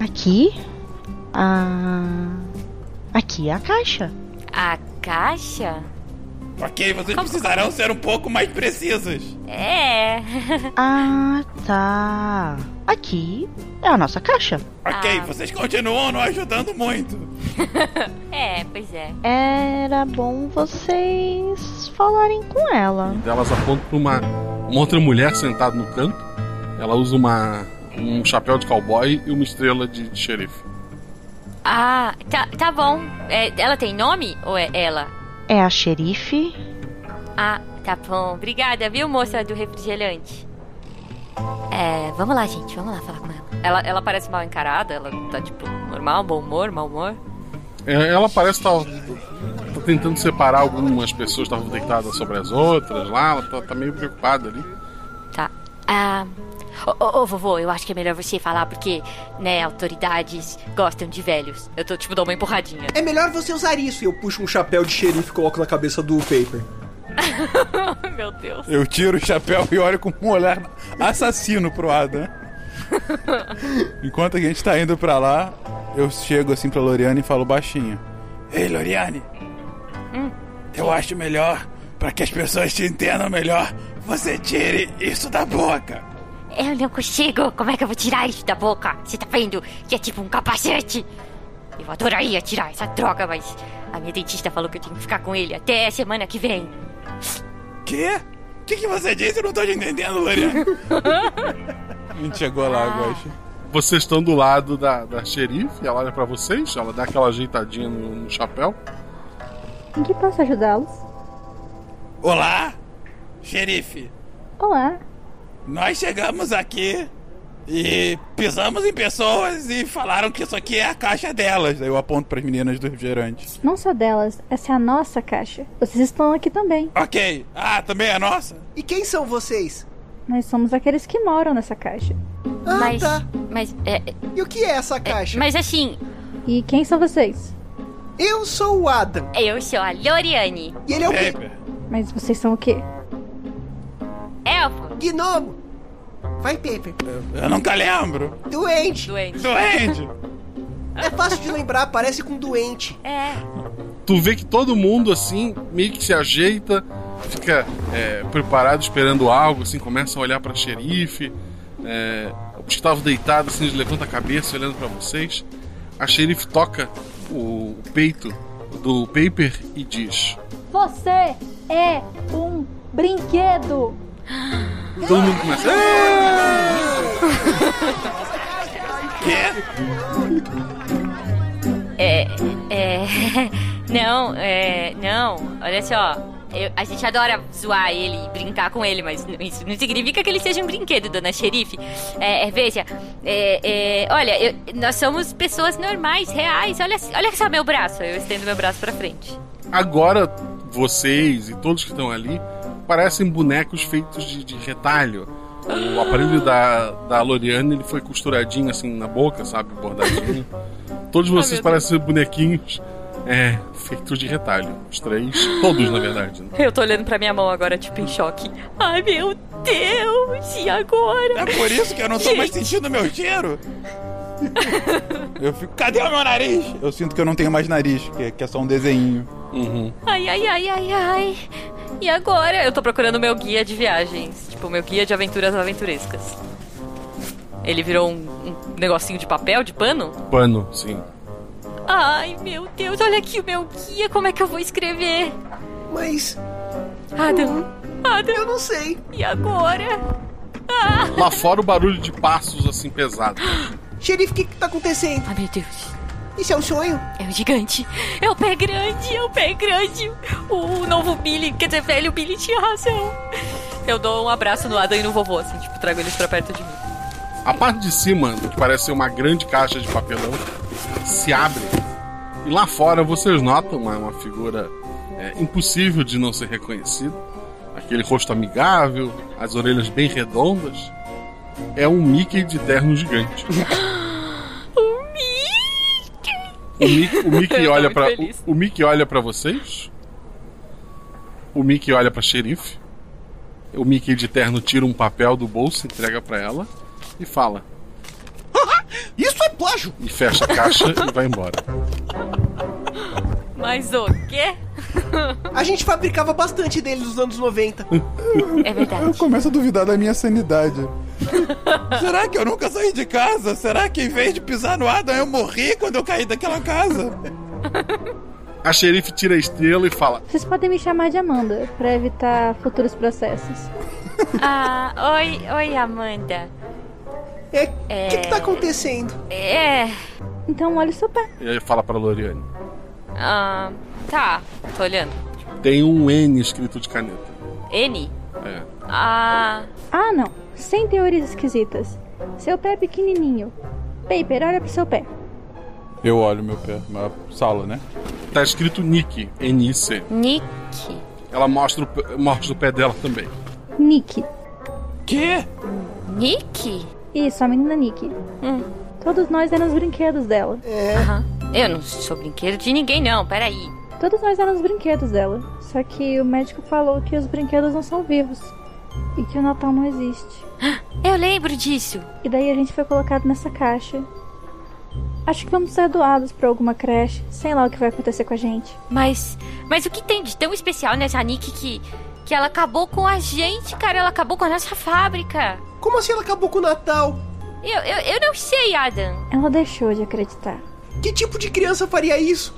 Aqui. Ah. Aqui é a caixa.
A caixa?
Ok, vocês precisarão ser um pouco mais precisos.
É.
Ah, tá. Aqui é a nossa caixa.
Ok,
Ah.
vocês continuam nos ajudando muito.
é, pois é.
Era bom vocês falarem com ela.
Ela só aponta pra uma, uma outra mulher sentada no canto. Ela usa uma, um chapéu de cowboy e uma estrela de, de xerife.
Ah, tá, tá bom. É, ela tem nome ou é ela?
É a xerife.
Ah, tá bom. Obrigada, viu, moça do refrigerante? É, vamos lá, gente. Vamos lá falar com ela. Ela, ela parece mal encarada. Ela tá, tipo, normal, bom humor, mau humor.
É, Ela parece estar tá tentando separar algumas pessoas que estavam deitadas sobre as outras lá. Ela tá, tá meio preocupada ali.
Tá. Ah. Ô, ô, ô, vovô, eu acho que é melhor você falar porque, né, autoridades gostam de velhos. Eu tô, tipo, dou uma empurradinha.
É melhor você usar isso. E eu puxo um chapéu de xerife e coloco na cabeça do Paper.
Meu Deus.
Eu tiro o chapéu e olho com um olhar assassino pro Adam. Enquanto a gente tá indo pra lá, eu chego assim pra Loriane e falo baixinho. Ei, Loriane. Eu acho melhor, pra que as pessoas te entendam melhor, você tire isso da boca.
Eu não consigo. Como é que eu vou tirar isso da boca? Você tá vendo que é tipo um capacete? Eu adoraria tirar essa droga, mas a minha dentista falou que eu tenho que ficar com ele até semana que vem.
Quê? O que, que você disse? Eu não tô te entendendo, Loriane. a gente chegou lá, eu acho.
Vocês estão do lado da, da xerife, ela olha pra vocês, ela dá aquela ajeitadinha no, no chapéu.
Em que posso ajudá-los?
Olá, xerife.
Olá.
Nós chegamos aqui e pisamos em pessoas e falaram que isso aqui é a caixa delas. Daí eu aponto pras meninas do refrigerante.
Não só delas, essa é a nossa caixa. Vocês estão aqui também.
Ok. Ah, também é nossa?
E quem são vocês?
Nós somos aqueles que moram nessa caixa.
Ah,
Mas-
tá.
Mas, é,
E o que é essa caixa?
mas assim,
E quem são vocês?
Eu sou o Adam.
eu sou a Loriane.
E ele é o quê?
Paper.
Mas vocês são o quê?
Elfo,
Gnomo. Vai, Paper.
Eu nunca lembro.
Doente.
doente.
Doente.
É fácil de lembrar, parece com doente.
É.
Tu vê que todo mundo assim, meio que se ajeita, fica é, preparado esperando algo, assim, começa a olhar pra xerife. É, o Gustavo deitado, assim, levanta a cabeça olhando pra vocês. A xerife toca o, o peito do paper e diz:
Você é um brinquedo!
Todo mundo começa. "É!"
É, é. Não, é. Não, olha só. eu- a gente adora zoar ele e brincar com ele, mas n- isso não significa que ele seja um brinquedo, dona xerife. É, é, veja, é, é, olha, eu- nós somos pessoas normais, reais. Olha, olha só meu braço. Eu estendo meu braço pra frente.
Agora vocês e todos que estão ali parecem bonecos feitos de, de retalho. O aparelho da, da Loriane ele foi costuradinho assim na boca, sabe? Bordadinho. Todos vocês parecem bonequinhos é, feitos de retalho. Os três, todos na verdade. né?
Eu tô olhando pra minha mão agora, tipo, em choque. Ai, meu Deus, e agora?
É por isso que eu não tô mais sentindo meu cheiro. Eu fico, cadê o meu nariz? Eu sinto que eu não tenho mais nariz, que é, que é só um desenho.
Ai, ai, ai, ai, ai. E agora? Eu tô procurando meu guia de viagens. Tipo, meu guia de aventuras aventurescas. Ele virou um, um negocinho de papel, de pano?
Pano, sim.
Ai, meu Deus, olha aqui o meu guia. Como é que eu vou escrever?
Mas
Adam, Adam,
eu não sei.
e agora?
Lá fora o barulho de passos assim pesado.
Xerife, o que, que tá acontecendo?
Ai, meu Deus.
Isso é um sonho?
É um gigante. É o pé grande, é o pé grande. O novo Billy, quer dizer, velho Billy tinha razão. Eu dou um abraço no Adam e no vovô, assim, tipo, trago eles pra perto de mim.
A parte de cima, do que parece ser uma grande caixa de papelão, se abre. E lá fora vocês notam uma, uma figura é, impossível de não ser reconhecida. Aquele rosto amigável, as orelhas bem redondas. É um Mickey de terno gigante.
O Um Mickey!
O Mickey, o Mickey
Eu tô
olha
muito
para
feliz.
o, o Mickey olha para vocês. O Mickey olha para xerife. O Mickey de terno tira um papel do bolso, entrega para ela e fala.
Isso é plágio.
E fecha a caixa e vai embora.
Mas o quê?
A gente fabricava bastante dele nos anos 90.
É verdade.
Eu começo a duvidar da minha sanidade. Será que eu nunca saí de casa? Será que em vez de pisar no Adam eu morri quando eu caí daquela casa?
A xerife tira a estrela e fala:
Vocês podem me chamar de Amanda pra evitar futuros processos.
Ah, oi, oi, Amanda.
É, o que, que tá acontecendo?
É.
Então olha o seu pé.
E aí fala pra Loriane:
Ah, tá, tô olhando.
Tem um N escrito de caneta.
N?
É.
Ah.
Ah, não. Sem teorias esquisitas. Seu pé é pequenininho. Paper, olha pro seu pé.
Eu olho meu pé, na sala, né?
Tá escrito Nick, N-I-C.
Nick.
Ela mostra o, pé- mostra o pé dela também.
Nick.
Quê?
Nick? Hum.
Isso, a menina Nick. Todos nós éramos brinquedos dela.
É.
Eu não sou brinquedo de ninguém, não, peraí.
Todos nós éramos brinquedos dela. Só que o médico falou que os brinquedos não são vivos. E que o Natal não existe.
Eu lembro disso.
E daí a gente foi colocado nessa caixa. Acho que vamos ser doados pra alguma creche. Sei lá o que vai acontecer com a gente.
Mas. Mas o que tem de tão especial nessa Nick que. que ela acabou com a gente, cara? Ela acabou com a nossa fábrica.
Como assim ela acabou com o Natal?
Eu, eu, eu não sei, Adam.
Ela deixou de acreditar.
Que tipo de criança faria isso?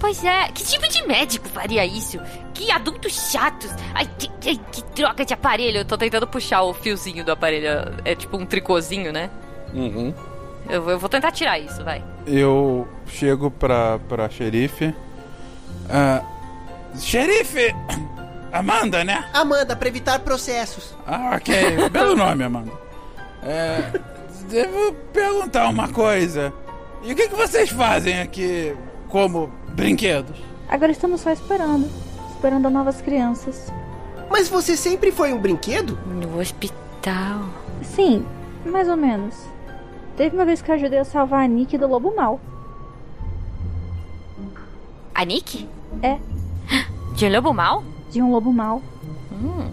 Pois é, que tipo de médico faria isso? Que adultos chatos! Ai, que, ai, que droga de aparelho! Eu tô tentando puxar o fiozinho do aparelho. É tipo um tricôzinho, né?
Uhum.
Eu, vou- eu vou tentar tirar isso, vai.
Eu chego pra, pra xerife. Ah, xerife! Amanda, né?
Amanda, pra evitar processos.
Ah, ok. Belo nome, Amanda. É, devo perguntar uma coisa. E o que, que vocês fazem aqui como brinquedos?
Agora estamos só esperando. Esperando novas crianças.
Mas você sempre foi um brinquedo?
No hospital.
Sim, mais ou menos. Teve uma vez que eu ajudei a salvar a Nick do lobo mal.
A Nick?
É.
De um lobo mal?
De um lobo mal.
Hum.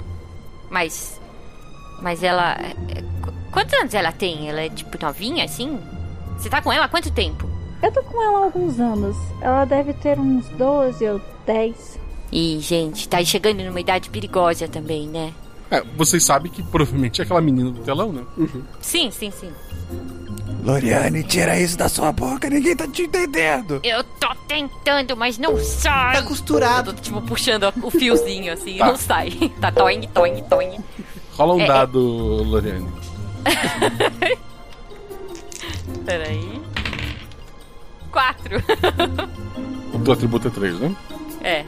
Mas. Mas ela. é, é, qu- Quantos anos ela tem? Ela é tipo novinha assim? Você tá com ela há quanto tempo?
Eu tô com ela há alguns anos. Ela deve ter uns 12 ou 10.
Ih, gente, tá chegando numa idade perigosa também, né?
É, vocês sabem que provavelmente é aquela menina do telão, né?
Sim, sim, sim.
Uhum. Loriane, tira isso da sua boca, ninguém tá te entendendo.
Eu tô tentando, mas não sai. Tá
costurado.
Eu tô, tipo, puxando o fiozinho, assim, e
Tá.
não sai. Tá toing, toing, toing.
Rola um
É, é.
dado, Loriane.
Peraí. Quatro.
O teu atributo é 3, né?
é.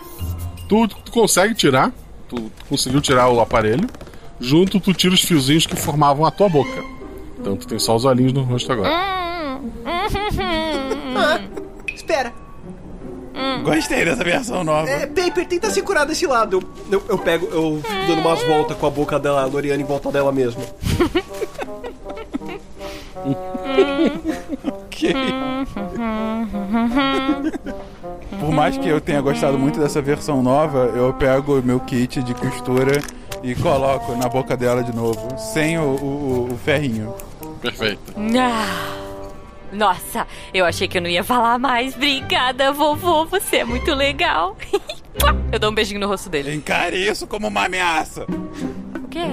Tu, tu consegue tirar, tu, tu conseguiu tirar o aparelho. Junto, tu tira os fiozinhos que formavam a tua boca. Então tu tem só os olhinhos no rosto agora.
Hum,
Ah, espera.
Hum.
Gostei dessa versão nova.
É, Paper, tenta se curar desse lado. Eu, eu, eu pego, eu fico
É.
dando umas voltas com a boca dela, a Loriane em volta dela mesmo.
Ok. Por mais que eu tenha gostado muito dessa versão nova, eu pego o meu kit de costura e coloco na boca dela de novo, sem o, o- o ferrinho.
Perfeito.
Ah, Nossa, eu achei que eu não ia falar mais. Obrigada, vovô, você é muito legal. Pá, eu dou um beijinho no rosto dele.
Encare isso como uma ameaça.
O quê?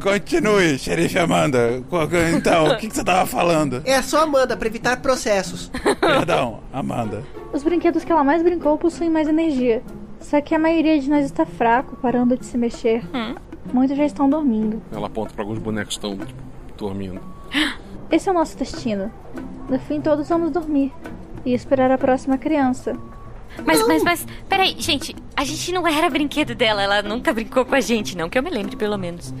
Continue, xerife Amanda. Co- co- Então, o que, que você tava falando?
É só Amanda, pra evitar processos.
Perdão, Amanda.
Os brinquedos que ela mais brincou possuem mais energia. Só que a maioria de nós está fraco, parando de se mexer.
Hum.
Muitos já estão dormindo.
Ela aponta pra alguns bonecos que estão tipo, dormindo.
Esse é o nosso destino. No fim, todos vamos dormir e esperar a próxima criança.
Mas, mas, mas, peraí, gente, a gente não era brinquedo dela, ela nunca brincou com a gente, não que eu me lembre, pelo menos.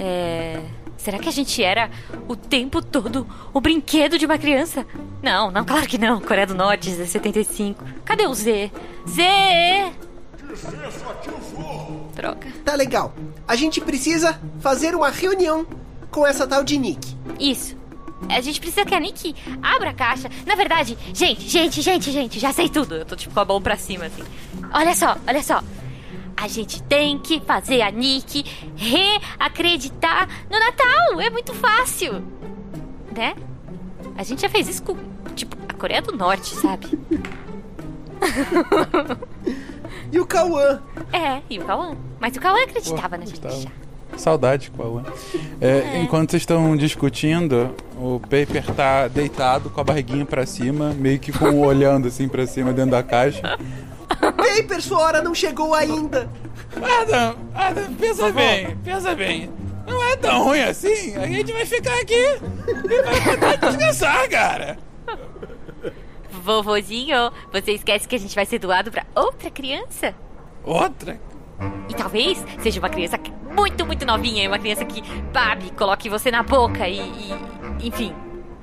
É. Será que a gente era o tempo todo o brinquedo de uma criança? Não, não, claro que não. Coreia do Norte, 75. Cadê o Z? Z! Droga.
Tá legal. A gente precisa fazer uma reunião com essa tal de Nick.
Isso. A gente precisa que a Nick abra a caixa. Na verdade, gente, gente, gente, gente, já sei tudo. Eu tô tipo com a mão pra cima, assim. Olha só, olha só. A gente tem que fazer a Nick reacreditar no Natal. É muito fácil. Né? A gente já fez isso com, tipo, a Coreia do Norte, sabe?
E o Cauã?
É, e o Cauã. Mas o Cauã acreditava na gente.
Saudade com a Luan. É, Enquanto vocês estão discutindo, o Paper tá deitado com a barriguinha pra cima, meio que com olhando assim pra cima dentro da caixa.
Paper, sua hora não chegou ainda.
Adam, Adam,
Tá
pensa bem, pensa bem. Não é tão ruim assim, a gente vai ficar aqui e vai tentar descansar, cara.
Vovozinho, você esquece que a gente vai ser doado pra outra criança?
Outra?
E talvez seja uma criança que- muito, muito novinha. e Uma criança que babe, coloque você na boca e, e- Enfim.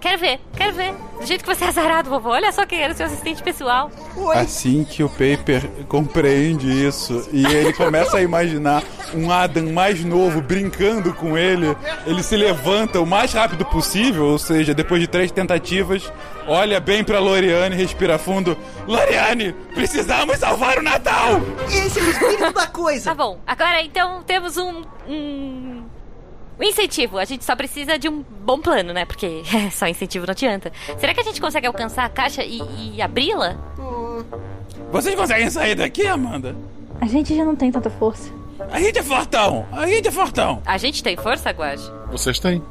Quero ver, quero ver. Do jeito que você é azarado, vovô. Olha só quem era o seu assistente pessoal.
Assim que o Paper compreende isso e ele começa a imaginar um Adam mais novo brincando com ele, ele se levanta o mais rápido possível, ou seja, depois de três tentativas, olha bem pra Loriane, respira fundo. Loriane, precisamos salvar o Natal!
Esse é o espírito da coisa.
Tá bom. Agora então temos um. um... um incentivo, a gente só precisa de um bom plano, né? Porque só incentivo não adianta. Será que a gente consegue alcançar a caixa e, e abri-la?
Uhum.
Vocês conseguem sair daqui, Amanda?
A gente já não tem tanta força.
A gente é fortão! A gente é fortão!
A gente tem força, Guache?
Vocês têm?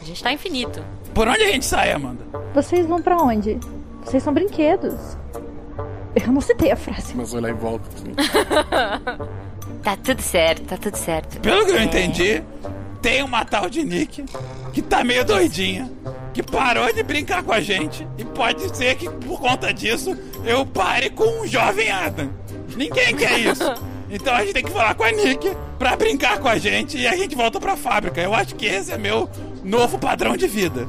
A gente tá infinito.
Por onde a gente sai, Amanda?
Vocês vão pra onde? Vocês são brinquedos. Eu não citei a frase.
Mas olhar em volta. assim.
Tá tudo certo, tá tudo certo.
Pelo que eu
É.
entendi, tem uma tal de Nick que tá meio doidinha, que parou de brincar com a gente e pode ser que por conta disso eu pare com um jovem Adam. Ninguém quer isso. Então a gente tem que falar com a Nick pra brincar com a gente e a gente volta pra fábrica. Eu acho que esse é meu novo padrão de vida.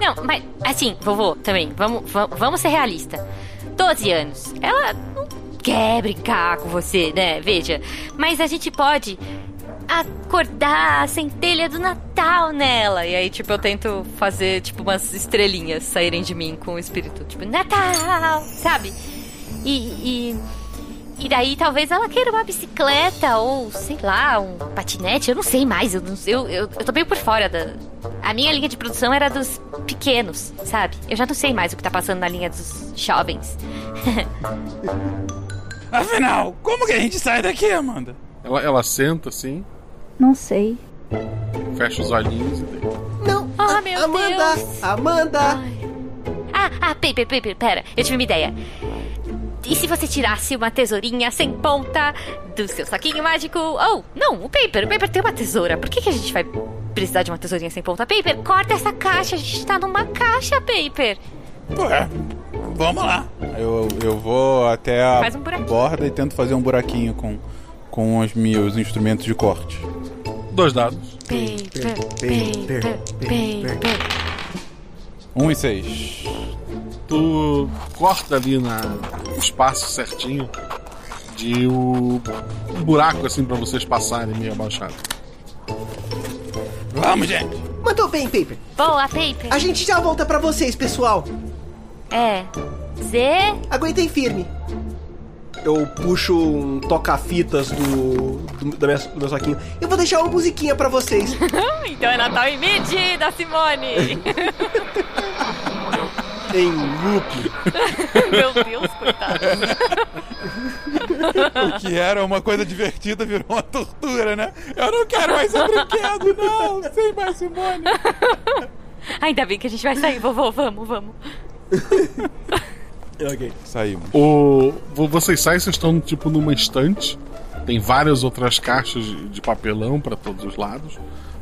Não, mas assim, vovô, também, vamos, va- vamos ser realista. 12 anos. Ela não quer brincar com você, né? Veja. Mas a gente pode acordar a centelha do Natal nela. E aí, tipo, eu tento fazer, tipo, umas estrelinhas saírem de mim com o espírito. Tipo, Natal, sabe? E. e... E daí talvez ela queira uma bicicleta ou, sei lá, um patinete, eu não sei mais, eu, não- eu, eu, eu tô meio por fora da... A minha linha de produção era dos pequenos, sabe? Eu já não sei mais o que tá passando na linha dos jovens.
Afinal, como que a gente sai daqui, Amanda?
Ela, ela senta assim,
Não sei.
fecha os olhinhos e deita.
Não,
ah, meu
Amanda,
Deus.
Amanda.
Ah, ah, pera, pera, pera, pera, eu tive uma ideia. E se você tirasse uma tesourinha sem ponta do seu saquinho mágico? Ou, não, o Paper, o Paper tem uma tesoura. Por que, que a gente vai precisar de uma tesourinha sem ponta? Paper, corta essa caixa, a gente tá numa caixa, Paper.
Ué, vamos lá. Eu, eu vou até a
Faz um buraquinho.
borda e tento fazer um buraquinho com, com os meus instrumentos de corte.
Dois dados.
Paper,
paper, Um e seis.
Tu corta ali na, o espaço certinho de o, um buraco assim pra vocês passarem meio abaixado.
Vamos, gente!
Mandou bem, Paper.
Boa, Paper.
A gente já volta pra vocês, pessoal.
É. Z.
Aguentem firme. Eu puxo um toca-fitas do, do, da minha- do meu saquinho. Eu vou deixar uma musiquinha pra vocês.
então é Natal em medida, Simone!
em loop.
Meu Deus, coitado.
O que era uma coisa divertida virou uma tortura, né? Eu não quero mais ser brinquedo, não! Sem mais Simone!
Ainda bem que a gente vai sair, vovô. Vamos, vamos.
Ok.
Saímos.
O, vo- vocês saem, vocês estão tipo numa estante. Tem várias outras caixas de, de papelão pra todos os lados.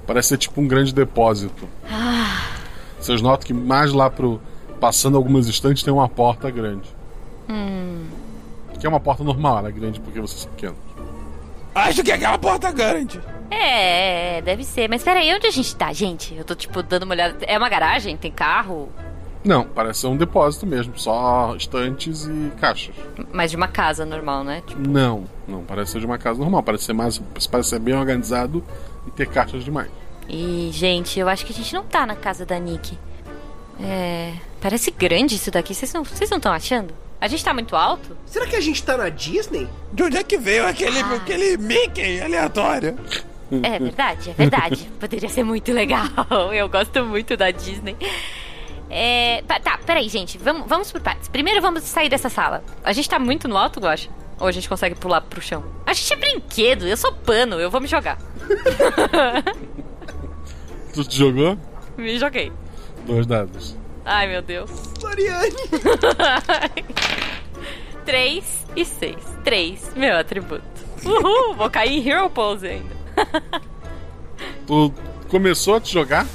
Parece ser tipo um grande depósito.
Ah,
Vocês notam que mais lá pro. Passando algumas estantes tem uma porta grande.
hum.
Que é uma porta normal, ela é grande porque vocês são pequenos.
Acho que aquela porta garante.
É, é, deve ser. Mas peraí, onde a gente tá, gente? Eu tô, tipo, dando uma olhada. É uma garagem? Tem carro?
Não, parece ser um depósito mesmo, só estantes e caixas.
Mas de uma casa normal, né? Tipo,
Não, não, parece ser de uma casa normal, parece ser mais. Parece ser bem organizado e ter caixas demais.
E, gente, eu acho que a gente não tá na casa da Nick. É. Parece grande isso daqui. Vocês não vocês não estão achando? A gente tá muito alto?
Será que a gente tá na Disney?
De onde é que veio aquele, aquele Mickey aleatório?
É verdade, é verdade. Poderia ser muito legal. Eu gosto muito da Disney. É, pa- tá, peraí, gente. Vamos, vamos por partes. Primeiro vamos sair dessa sala. A gente tá muito no alto, Guacha? Ou a gente consegue pular pro chão? A gente é brinquedo, eu sou pano, eu vou me jogar.
Tu te jogou?
Me joguei.
Dois dados.
Ai, meu Deus.
Floriane!
3 e 6. 3, meu atributo. Uhul, vou cair em Hero Pose ainda.
Tu começou a te jogar,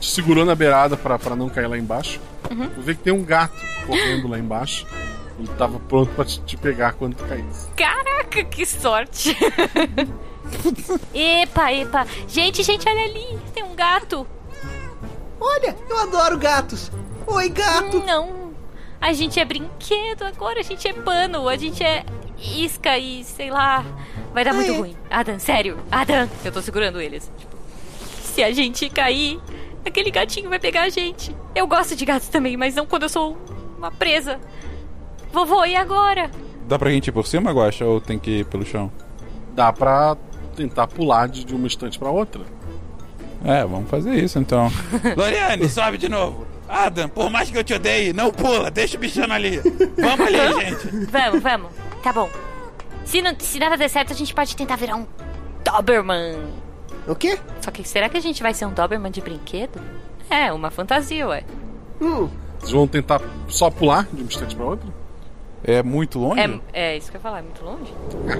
te segurou na beirada pra, pra não cair lá embaixo.
Uhum.
Tu vê que tem um gato correndo lá embaixo. Ele tava pronto pra te, te pegar quando tu caísse.
Caraca, que sorte! epa, epa. Gente, gente, olha ali. Tem um gato.
Olha, eu adoro gatos. Oi, gato.
Não. A gente é brinquedo agora, a gente é pano, a gente é isca e sei lá. Vai dar Tá muito
Ai, é.
ruim. Adam, sério. Adam, eu tô segurando eles. Tipo, se a gente cair, aquele gatinho vai pegar a gente. Eu gosto de gatos também, mas não quando eu sou uma presa. Vovô, e agora?
Dá pra gente ir por cima, Guaxa, ou tem que ir pelo chão?
Dá pra tentar pular de, de uma estante pra outra.
É, vamos fazer isso então.
Loriane,
sobe de novo. Adam, por mais que eu te odeie, não pula, deixa o bichano ali. Vamos ali, gente.
Vamos, vamos. Tá bom. Se, não- se nada der certo, a gente pode tentar virar um Doberman.
O quê?
Só que será que a gente vai ser um Doberman de brinquedo? É, uma fantasia, ué.
Uh.
Vocês vão tentar só pular de uma estante pra outra?
É muito longe?
É, é isso que eu ia falar, é muito longe.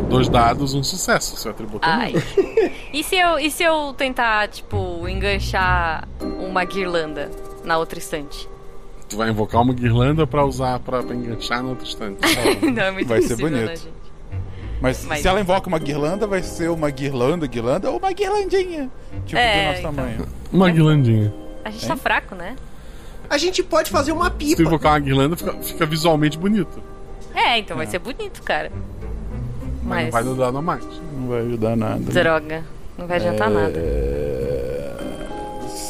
Dois dados, um sucesso, seu atributo. é um.
Ai. E se eu, e se eu tentar, tipo, enganchar uma guirlanda na outra estante?
Tu vai invocar uma guirlanda pra usar pra, pra enganchar na outra estante.
Não, é muito
Vai ser
impossível, né,
bonito.
gente?
Mas,
Mas-
se ela invoca uma guirlanda, vai ser uma guirlanda, guirlanda ou uma guirlandinha. Tipo,
É,
do nosso
então.
tamanho.
Uma guirlandinha.
A gente
Hein?
tá fraco, né?
A gente pode fazer uma
Se tu
pipa.
invocar uma guirlanda, fica, fica visualmente bonito.
É, então vai ser bonito, cara.
Mas
Mas.
não vai dar nada mais.
Não vai ajudar nada. né?
Droga. Não vai adiantar
É,
nada.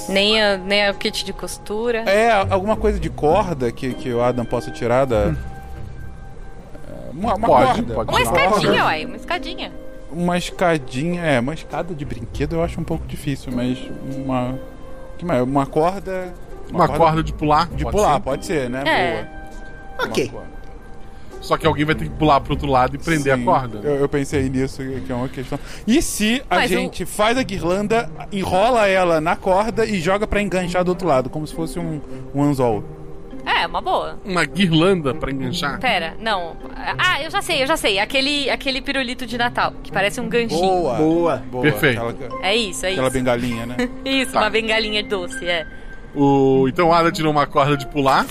Nem, a, nem o kit de costura.
É, alguma coisa de corda que, que o Adam possa tirar da. É, Uma, uma
Hum. Pode,
corda.
pode
Uma escadinha,
corda.
ué. Uma escadinha.
Uma escadinha, é, uma escada de brinquedo eu acho um pouco difícil, mas uma. Que mais? Uma corda.
Uma corda de pular,
De
pode
pular,
ser.
pode ser, né?
É.
Boa. Uma
Ok.
corda.
Só que alguém vai ter que pular pro outro lado e prender
Sim,
a corda.
Eu, eu pensei nisso, que é uma questão. E se a
Mas
gente faz a guirlanda, enrola ela na corda e joga pra enganchar do outro lado, como se fosse um, um anzol?
É, uma boa.
Uma guirlanda pra enganchar?
Pera, não. Ah, eu já sei, eu já sei. Aquele, aquele pirulito de Natal, que parece um ganchinho.
Boa!
Boa.
Boa.
Perfeito.
Aquela,
É isso, é
aquela
isso.
bengalinha, né?
Isso,
Tá.
uma bengalinha doce, é.
O... Então o Ada tirou uma corda de pular.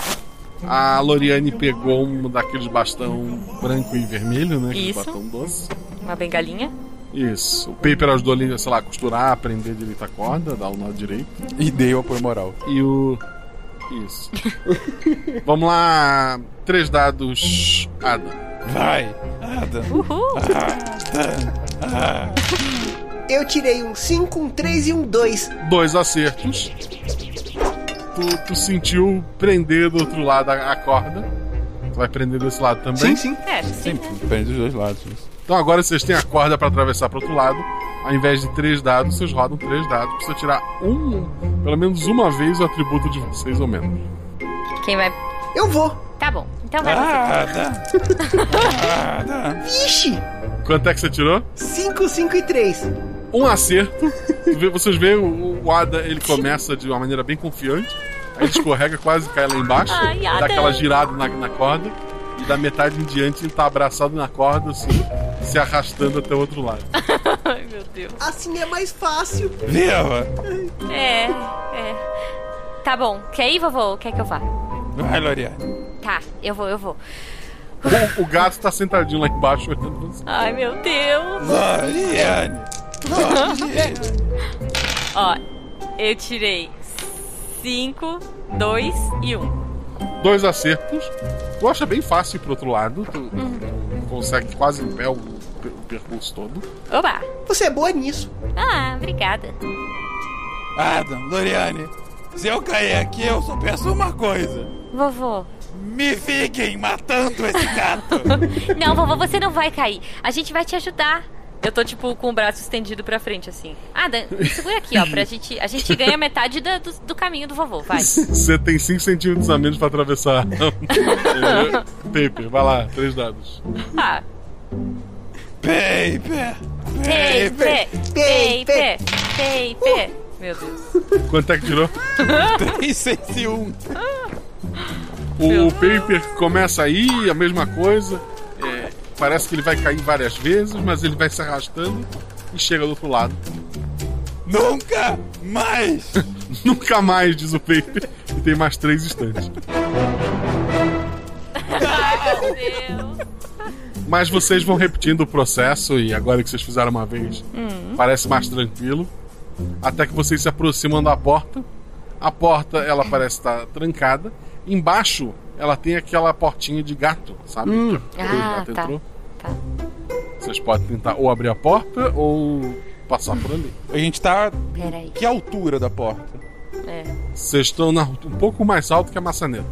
A Loriane pegou um daqueles bastão branco e vermelho, né? aquele
Isso.
Bastão
um
doce.
Uma bengalinha.
Isso. O Paper ajudou ali, sei lá, a costurar, aprender direito a corda, dar o nó direito.
E deu por moral.
E o. Isso. Vamos lá. Três dados. Ada.
Vai! Adam!
Uhul!
Ah,
Eu tirei um 5, um 3 e um 2.
Dois acertos. Tu, tu sentiu prender do outro lado a, a corda. Tu vai prender desse lado também.
sim.
É, sim.
sempre depende dos dois lados.
Então agora vocês têm a corda pra atravessar pro outro lado. Ao invés de três dados, vocês rodam três dados. Precisa tirar um, pelo menos uma vez o atributo de vocês ou menos.
Quem vai.
Eu vou.
Tá bom. Então vai você.
Ah, tá. Ah, tá.
Vixe!
Quanto é que você tirou?
5, 5 e 3.
um acerto. Tu vê- Vocês veem o, o Ada, ele começa de uma maneira bem confiante, aí ele escorrega, quase cai lá embaixo,
Ai,
dá
Ada.
aquela girada na, na corda, e da metade em diante ele tá abraçado na corda, assim, se arrastando até o outro lado.
Ai, meu Deus.
Assim é mais fácil.
Viva!
É, é. Tá bom. Quer ir, vovô? Quer que eu vá?
Vai, Loriane.
Tá, eu vou, eu vou.
O, o gato tá sentadinho lá embaixo olhando você.
Ai, meu Deus.
Loriane!
Ó, eu tirei 5, 2 e 1. Um.
Dois acertos. Tu acha bem fácil ir pro outro lado, tu
Uhum.
consegue quase em pé o, o percurso todo.
Oba!
Você é boa nisso.
Ah, obrigada.
Adam, Loriane, se eu cair aqui, eu só peço uma coisa.
Vovô.
Me fiquem matando esse gato!
Não, vovô, você não vai cair. A gente vai te ajudar. Eu tô, tipo, com o braço estendido pra frente, assim. Ah, Dan, segura aqui, ó, pra gente. A gente ganha metade da- do, do caminho do vovô, vai.
Você tem 5 centímetros a menos pra atravessar. Entendeu? Paper, vai lá, três dados.
Ah,
Paper!
pei, pé, pei, pé, pei, pé. Meu Deus.
Quanto é que tirou?
3, 6 e 1.
O paper começa aí, a mesma coisa. É, parece que ele vai cair várias vezes, mas ele vai se arrastando e chega do outro lado.
Nunca mais!
Nunca mais, diz o paper. E tem mais três instantes.
Meu Deus.
Mas vocês vão repetindo o processo e agora que vocês fizeram uma vez,
Hum.
parece mais tranquilo. Até que vocês se aproximam da porta. A porta, ela parece estar trancada. Embaixo, ela tem aquela portinha de gato, sabe?
Hum.
Que
Ah, tá.
Vocês podem tentar ou abrir a porta ou passar por ali.
A gente tá.
Peraí.
Que altura da porta?
É.
Vocês estão na- um pouco mais alto que a maçaneta.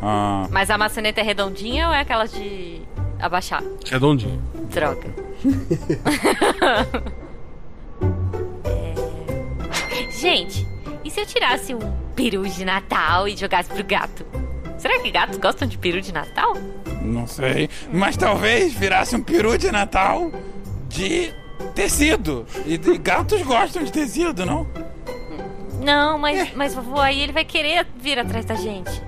Ah.
Mas a maçaneta é redondinha ou é aquelas de abaixar?
Redondinho.
Droga. É. Gente, e se eu tirasse um peru de Natal e jogasse pro gato? Será que gatos gostam de peru de Natal?
Não sei. Mas talvez virasse um peru de Natal de tecido. E, e gatos gostam de tecido, não?
Não,
É.
mas, mas vovô, aí ele vai querer vir atrás da gente.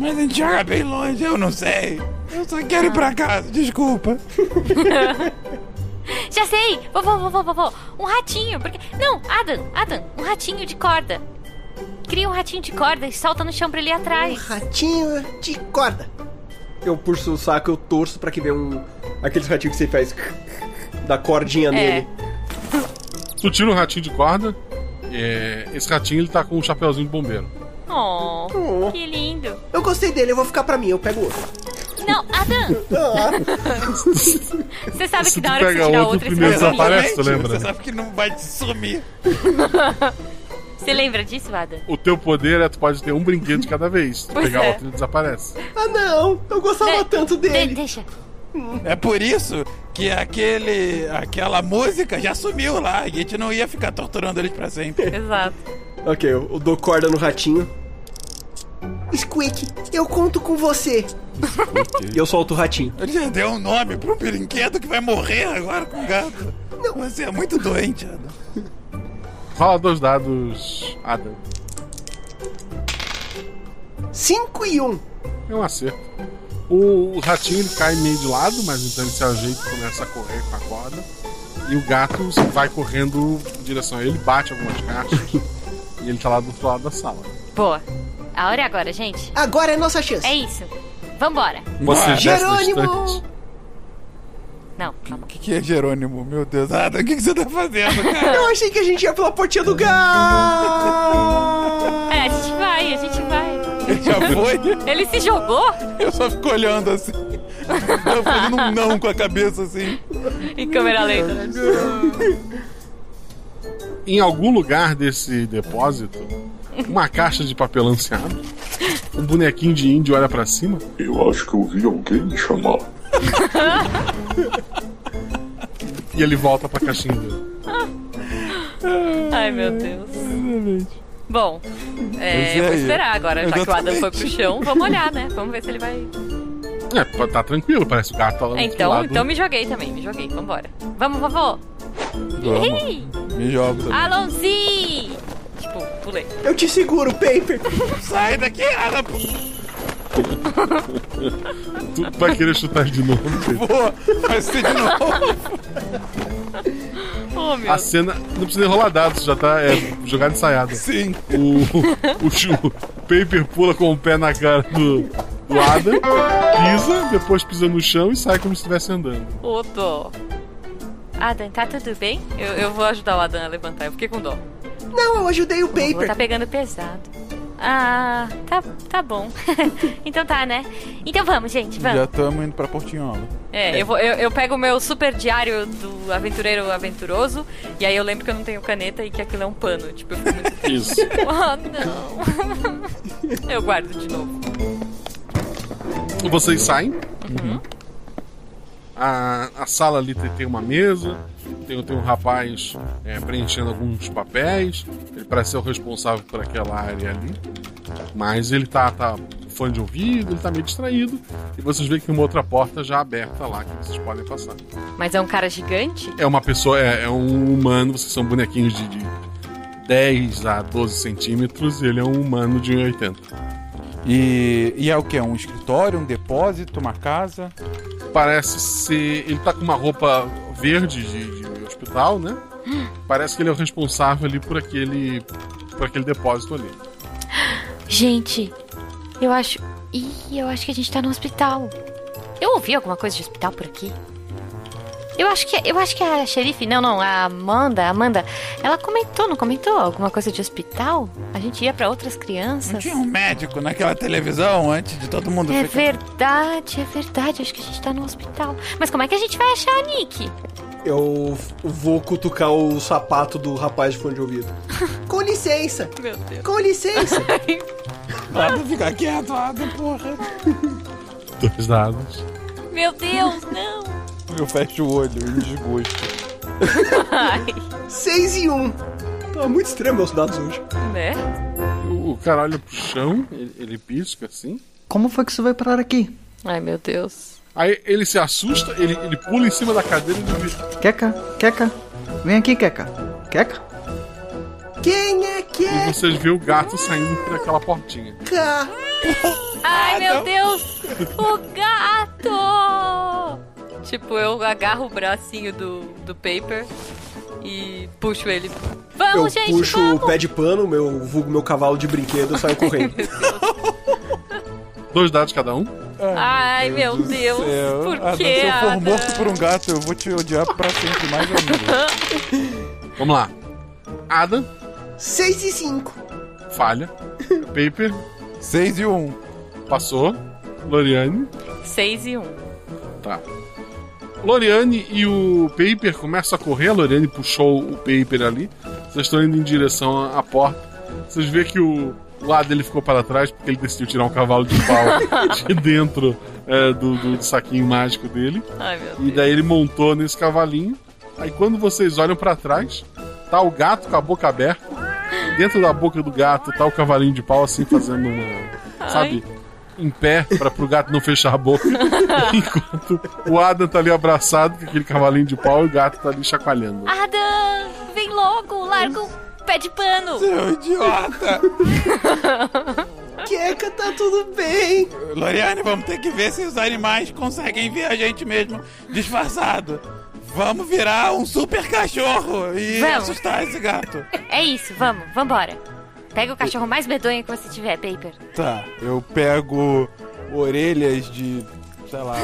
Mas a gente joga bem longe, eu não sei. Eu só quero ir
Ah.
pra casa, desculpa.
Já sei! Vovô, vovô, vovô, um ratinho, porque. Não, Adam, Adam, um ratinho de corda. Cria um ratinho de corda e solta no chão pra ele ir atrás. Um
ratinho de corda. Eu puxo o saco, eu torço pra que dê um. Aqueles ratinhos que você faz. Da
É.
cordinha nele.
Tu tira um ratinho de corda. é, esse ratinho ele tá com um chapeuzinho de bombeiro.
Oh, que lindo.
Eu gostei dele, eu vou ficar pra mim, eu pego outro. Ah.
Não, Adam! Você sabe que
Se
na
tu
hora que
pega
você tirar
outro,
outro,
o primeiro
você vai
desaparece, tu
sumir.
lembra? né?
Você sabe que não vai te sumir.
Você lembra disso, Adam?
O teu poder é tu pode ter um brinquedo de cada vez. Tu
Pois
pegar
é.
outro ele desaparece.
Ah, não! Eu gostava tanto
Né,
dele.
deixa.
É por isso que aquele, aquela música já sumiu lá. A gente não ia ficar torturando eles pra sempre.
Exato.
Ok, eu eu dou corda no ratinho. Squeak, eu conto com você. E eu solto o ratinho.
Ele já deu um nome pra um brinquedo que vai morrer agora com o gato. Você é muito doente, Adam.
Rola dois dados, Adam.
5 e 1. Um.
É um acerto. O ratinho ele cai meio de lado, mas então ele se ajeita e começa a correr com a corda. E o gato vai correndo em direção a ele, bate algumas caixas. e ele tá lá do outro lado da sala.
Boa. A hora é agora, gente.
Agora é nossa chance.
É isso. Vambora.
Você desce da
Jerônimo!
estante.
Não, calma.
O que, que é Jerônimo? Meu Deus, Adam, o que, que você tá fazendo, cara?
Eu achei que a gente ia pela portinha do gato.
É, a gente vai, a gente vai.
Ele já foi?
Ele se jogou
Eu só fico olhando assim. Eu fazendo um não com a cabeça assim.
em câmera lenta. né?
Em algum lugar desse depósito, uma caixa de papelão se abre. Um bonequinho de índio olha pra cima.
Eu acho que eu vi alguém me chamar.
E ele volta pra caixinha dele.
Ai, meu Deus. Bom, é,
Mas e
eu vou
aí?
esperar agora, já que o Adam
Exatamente.
foi pro chão. Vamos olhar, né? Vamos ver se ele vai.
É, pô, tá tranquilo, parece o gato tá lá do
É, então,
lado.
então me joguei também, me joguei. Vambora. Vamos, vovô. Ih!
Me jogo
Alonzi! Tipo, pulei.
Eu te seguro, Paper.
Sai daqui, Adam.
Tu vai querer chutar de novo.
Pô, vai ser de novo.
Oh, meu
A cena. Não precisa nem rolar dados, já tá é, jogado ensaiado.
Sim.
O, o, o, Paper pula com o pé na cara do, do Adam, pisa, depois pisa no chão e sai como se estivesse andando.
Ô, dó. Adam, tá tudo bem? Eu, eu vou ajudar o Adam a levantar, eu fiquei com dó.
Não, eu ajudei o
Vou
Paper.
tá pegando pesado. Ah, tá, tá bom. então tá, né? Então vamos, gente,
Já
vamos.
estamos indo pra Portinhola.
É, eu, vou, eu, eu pego o meu super diário do aventureiro aventuroso, e aí eu lembro que eu não tenho caneta e que aquilo é um pano. Tipo, eu fico muito
Isso.
oh, não. Ah, eu guardo de novo.
Vocês saem. A, a sala ali tem, tem uma mesa, tem, tem um rapaz é, preenchendo alguns papéis. Ele parece ser o responsável por aquela área ali. Mas ele tá, tá fone de ouvido, ele tá meio distraído. E vocês veem que tem uma outra porta já aberta lá que vocês podem passar.
Mas é um cara gigante?
É uma pessoa, é, é um humano, vocês são bonequinhos de, de 10 a 12 centímetros, e ele é um humano de 80.
E, e é o que? Um escritório, um depósito, uma casa?
Parece ser. Ele tá com uma roupa verde de, de hospital, né? Parece que ele é o responsável ali por aquele. por aquele depósito ali.
Gente, eu acho. Ih, eu acho que a gente tá no hospital. Eu ouvi alguma coisa de hospital por aqui. Eu acho que eu acho que a xerife, não, não, a Amanda, a Amanda, ela comentou, não comentou alguma coisa de hospital? A gente ia pra outras crianças.
Tinha um médico naquela televisão antes de todo mundo
É
ficar-
verdade, é verdade. Acho que a gente tá no hospital. Mas como é que a gente vai achar a Nick?
Eu vou cutucar o sapato do rapaz de fone de ouvido.
Com licença!
Meu Deus.
Com licença!
Nada, fica quieto, Adam, porra.
Dois dados.
Meu Deus, não!
Eu fecho o olho em desgosto.
Seis e um.
Tá muito estranho meus dados hoje.
Né?
O, o cara olha pro chão, ele, ele pisca assim.
Como foi que isso vai parar aqui?
Ai, meu Deus.
Aí ele se assusta, ele, ele pula em cima da cadeira e ele
Queca, queca. Vem aqui, queca. Queca?
Quem é que
E vocês veem o gato saindo por aquela portinha.
Ai, meu Deus! O gato! Tipo, eu agarro o bracinho do, do paper e puxo ele. Vamos,
eu
gente,
puxo
vamos!
o pé de pano, meu vulgo, meu cavalo de brinquedo, e saio correndo.
Dois dados cada um?
Ai, meu
do
Deus!
céu.
Por que,
Adam, se É, eu for
Adam?
morto por um gato, eu vou te odiar pra sempre mais ainda.
Vamos lá. Ada,
Seis e cinco.
falha. Paper.
6 e 1.
Passou. Loriane.
6 e 1.
Tá. Loriane e o Paper começam a correr. A Loriane puxou o Paper ali. Vocês estão indo em direção à- à porta. Vocês veem que o o lado dele ficou para trás porque ele decidiu tirar um cavalo de pau de dentro é, do, do saquinho mágico dele.
Ai, meu
E daí ele montou nesse cavalinho. Aí quando vocês olham pra trás, tá o gato com a boca aberta. Dentro da boca do gato tá o cavalinho de pau assim fazendo uma,
Ai.
sabe, em pé para pro gato não fechar a boca. Enquanto o Adam tá ali abraçado com aquele cavalinho de pau e o gato tá ali chacoalhando.
Ah. Adam, vem logo, larga o pé de pano.
Seu
É
idiota!
Queca, tá tudo bem!
Loriane, vamos ter que ver se os animais conseguem ver a gente mesmo disfarçado. Vamos virar um super cachorro e
Vamos.
assustar esse gato.
É isso, vamos, vambora. Pega o cachorro mais medonho que você tiver, Paper.
Tá, eu pego orelhas de, sei lá,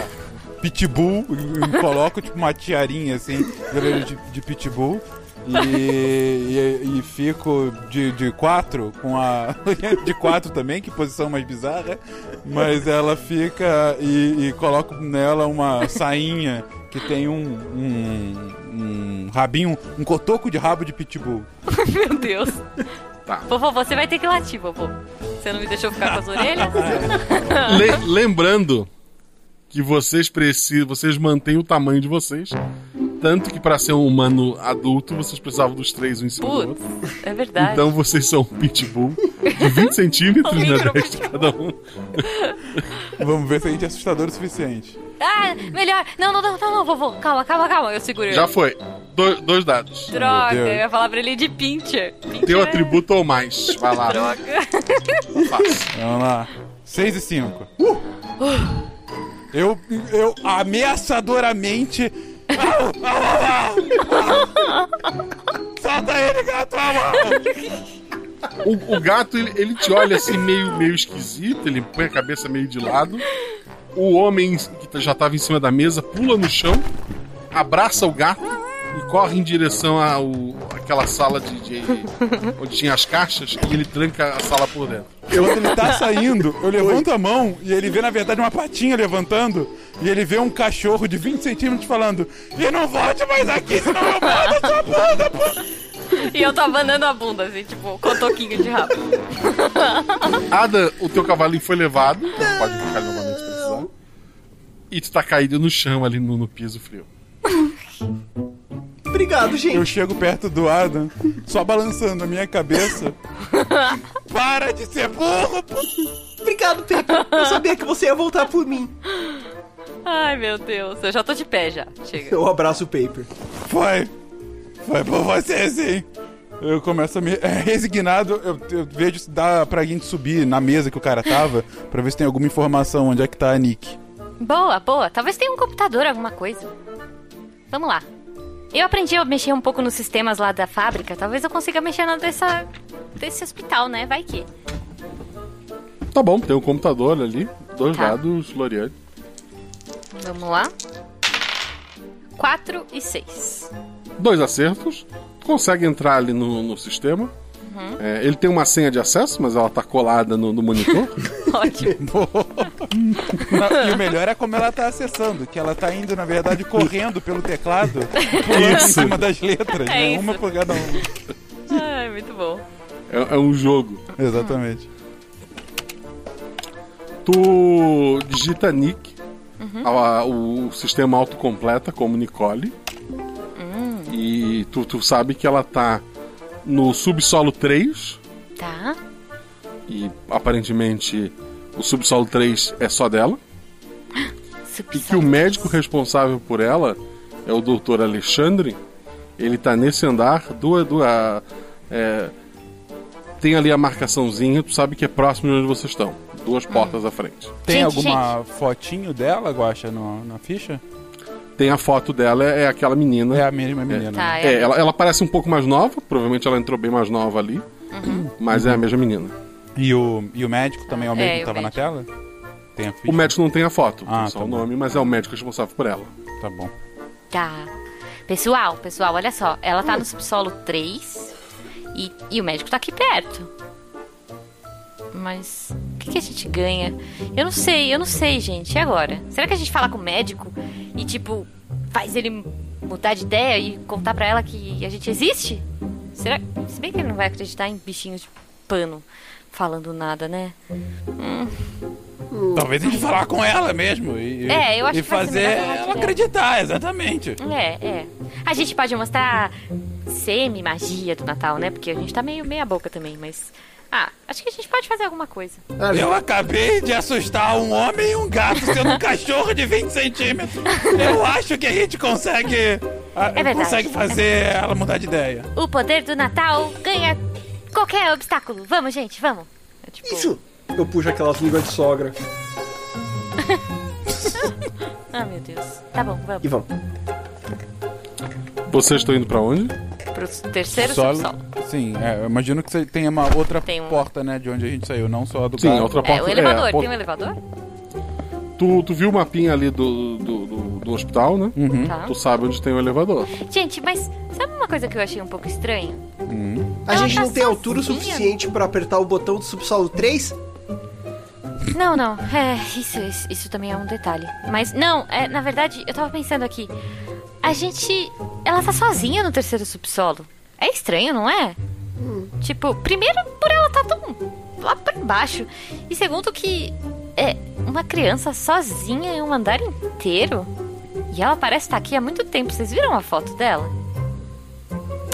pitbull e e coloco tipo uma tiarinha assim, de orelha de, de pitbull. E, e, e fico de, de quatro, com a. De quatro também, que posição mais bizarra. Mas ela fica e, e coloco nela uma sainha que tem um, um, um rabinho, um cotoco de rabo de pitbull.
Meu Deus.
Tá.
Vovô, você vai ter que latir, vovô. Você não me deixou ficar com as orelhas?
Le- lembrando que vocês precisam, vocês mantêm o tamanho de vocês. Tanto que para ser um humano adulto, vocês precisavam dos três um em cima do outro.
Putz, é verdade.
Então vocês são um pitbull de 20 centímetros,
Um
né?
micro
10 de cada um.
Vamos ver se a gente é assustador o suficiente.
Ah, melhor. Não, não, não, não, não, vovô. Calma, calma, calma. Eu seguro ele.
Já foi. Do- dois dados.
Droga, eu né? ia falar pra ele é de pincher.
Teu atributo ou mais. Vai lá.
Vamos lá. 6 Ah, e 5. Eu, eu ameaçadoramente. Au, au, au, au. Solta ele, gato!
O, o gato, ele, ele te olha assim, meio, meio esquisito, ele põe a cabeça meio de lado. O homem que tá, já tava em cima da mesa pula no chão, abraça o gato e corre em direção ao, àquela sala de, de- onde tinha as caixas e ele tranca a sala por dentro.
Quando ele tá saindo, eu levanto a mão e ele vê, na verdade, uma patinha levantando. E ele vê um cachorro de 20 centímetros falando: E não volte mais aqui, senão eu mando sua bunda, pô!
E eu tava andando a bunda, assim, tipo, cotoquinho de rabo.
Ada, o teu cavalinho foi levado. Pode ficar novamente se precisar. E tu tá caído no chão ali no, no piso frio.
Obrigado, gente.
Eu chego perto do Adam, só balançando a minha cabeça. Para de ser burro!
Obrigado, Pepe. Eu sabia que você ia voltar por mim.
Ai, meu Deus. Eu já tô de pé já. Chega.
Eu abraço o Paper.
Foi! Foi por você, sim! Eu começo a me. é resignado, eu, eu vejo se dá pra gente subir na mesa que o cara tava, pra ver se tem alguma informação onde é que tá a Nick.
Boa, boa. Talvez tenha um computador, alguma coisa. Vamos lá. Eu aprendi a mexer um pouco nos sistemas lá da fábrica. Talvez eu consiga mexer na dessa, desse hospital, né? Vai que.
Tá bom, tem um computador ali, dois
Tá.
dados, Loriane.
Vamos lá. 4 e 6.
Dois acertos. Tu consegue entrar ali no, no sistema.
Uhum.
É, ele tem uma senha de acesso, mas ela tá colada no, no monitor.
Na- e o melhor é como ela tá acessando, que ela tá indo, na verdade, correndo pelo teclado, pulando em
Isso.
cima das letras,
É
né?
isso.
Uma por cada uma.
Ai, muito bom.
É, é um jogo.
Exatamente.
Tu digita Nick,
Uhum.
a- o sistema autocompleta como Nicole.
Hum,
E tu, tu sabe que ela tá no subsolo 3.
tá.
E aparentemente o subsolo 3 é só dela. E que o médico responsável por ela é o Dr. Alexandre. Ele tá nesse andar, duas. duas é, tem ali a marcaçãozinha, tu sabe que é próximo de onde vocês estão. Duas portas à frente.
Tem alguma fotinho dela, Guaxa, no, na ficha?
Tem a foto dela, é aquela menina. É
a mesma menina. né?
Tá,
É,
é.
ela, ela parece um pouco mais nova, provavelmente ela entrou bem mais nova ali,
Uhum.
mas é a mesma menina.
E o, e o médico também é o
É,
mesmo
e o
que tava na tela? Tem a ficha?
O médico não tem a foto,
Ah,
tem só
tá
o
bom.
nome, mas é o médico responsável por ela.
Tá bom.
Tá. Pessoal, pessoal, olha só. Ela tá no subsolo 3 e, e o médico tá aqui perto. Mas o que, que a gente ganha? Eu não sei, eu não sei, gente. E agora? Será que a gente fala com o médico e, tipo, faz ele mudar de ideia e contar pra ela que a gente existe? Será? Se bem que ele não vai acreditar em bichinhos de pano falando nada, né?
Talvez a gente falar com ela mesmo e, e-
É, eu acho
e
que vai ser
fazer
melhor falar
ela
direto.
acreditar, exatamente.
É, é. A gente pode mostrar semi-magia do Natal, né? Porque a gente tá meio meia boca também, mas. Ah, acho que a gente pode fazer alguma coisa.
Eu acabei de assustar um homem e um gato sendo um cachorro de 20 centímetros. Eu acho que a gente consegue. a-
É verdade.
consegue fazer ela mudar de ideia.
O poder do Natal ganha qualquer obstáculo. Vamos, gente, vamos. É tipo,
Isso! Eu puxo aquelas línguas de sogra.
Ah, meu Deus. Tá bom, vamos.
E vamos.
Vocês estão indo pra onde?
Pro terceiro
Solo-
subsolo.
Sim, é, eu imagino que você tenha uma outra
Tem um-
porta, né, de onde a gente saiu, não só a do
Sim,
carro.
outra
É, o
porta-
elevador.
é, a porta-
Tem um elevador?
Tu, tu viu o mapinha ali do, do, do- do hospital, né?
Uhum.
Tá.
Tu sabe onde tem o elevador.
Gente, mas sabe uma coisa que eu achei um pouco estranha?
A
Ela
gente
tá
não tem altura
sozinha.
suficiente pra apertar o botão do subsolo 3?
Não, não. É, isso, isso, isso também é um detalhe. Mas, não, é, na verdade, eu tava pensando aqui. A gente. Ela tá sozinha no terceiro subsolo. É estranho, não é? Tipo, primeiro por ela tá tão lá pra baixo. E segundo que é uma criança sozinha em um andar inteiro. E ela parece estar aqui há muito tempo. Vocês viram a foto dela?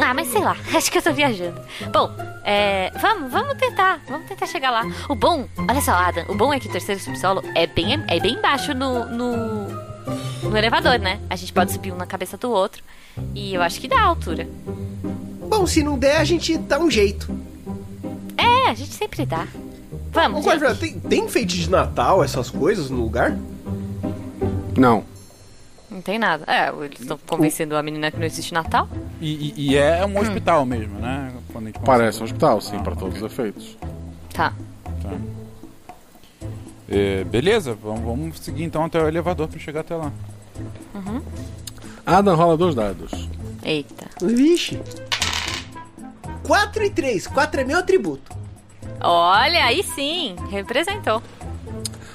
Ah, mas sei lá, acho que eu tô viajando. Bom, é, vamos, vamos tentar, vamos tentar chegar lá. O bom, olha só, Adam, o bom é que o terceiro subsolo é bem, é bem baixo no, no, no elevador, né? A gente pode subir um na cabeça do outro e eu acho que dá a altura.
Bom, se não der, a gente dá um jeito.
É, a gente sempre dá. Vamos,
Ô, Guardião,
gente.
tem, tem enfeite de Natal, essas coisas no lugar?
Não.
Não tem nada. É, eles estão convencendo a menina que não existe Natal.
E, e- e é
Hum.
um hospital mesmo, né? Quando a gente Ah,
Parece um hospital, sim, pra todos os efeitos.
Tá.
Tá. É, beleza, vamos, vamos seguir então até o elevador pra chegar até lá.
Uhum.
Adam rola dois dados.
Eita.
Vixe. 4 e 3. 4 é meu atributo.
Olha, aí sim, representou.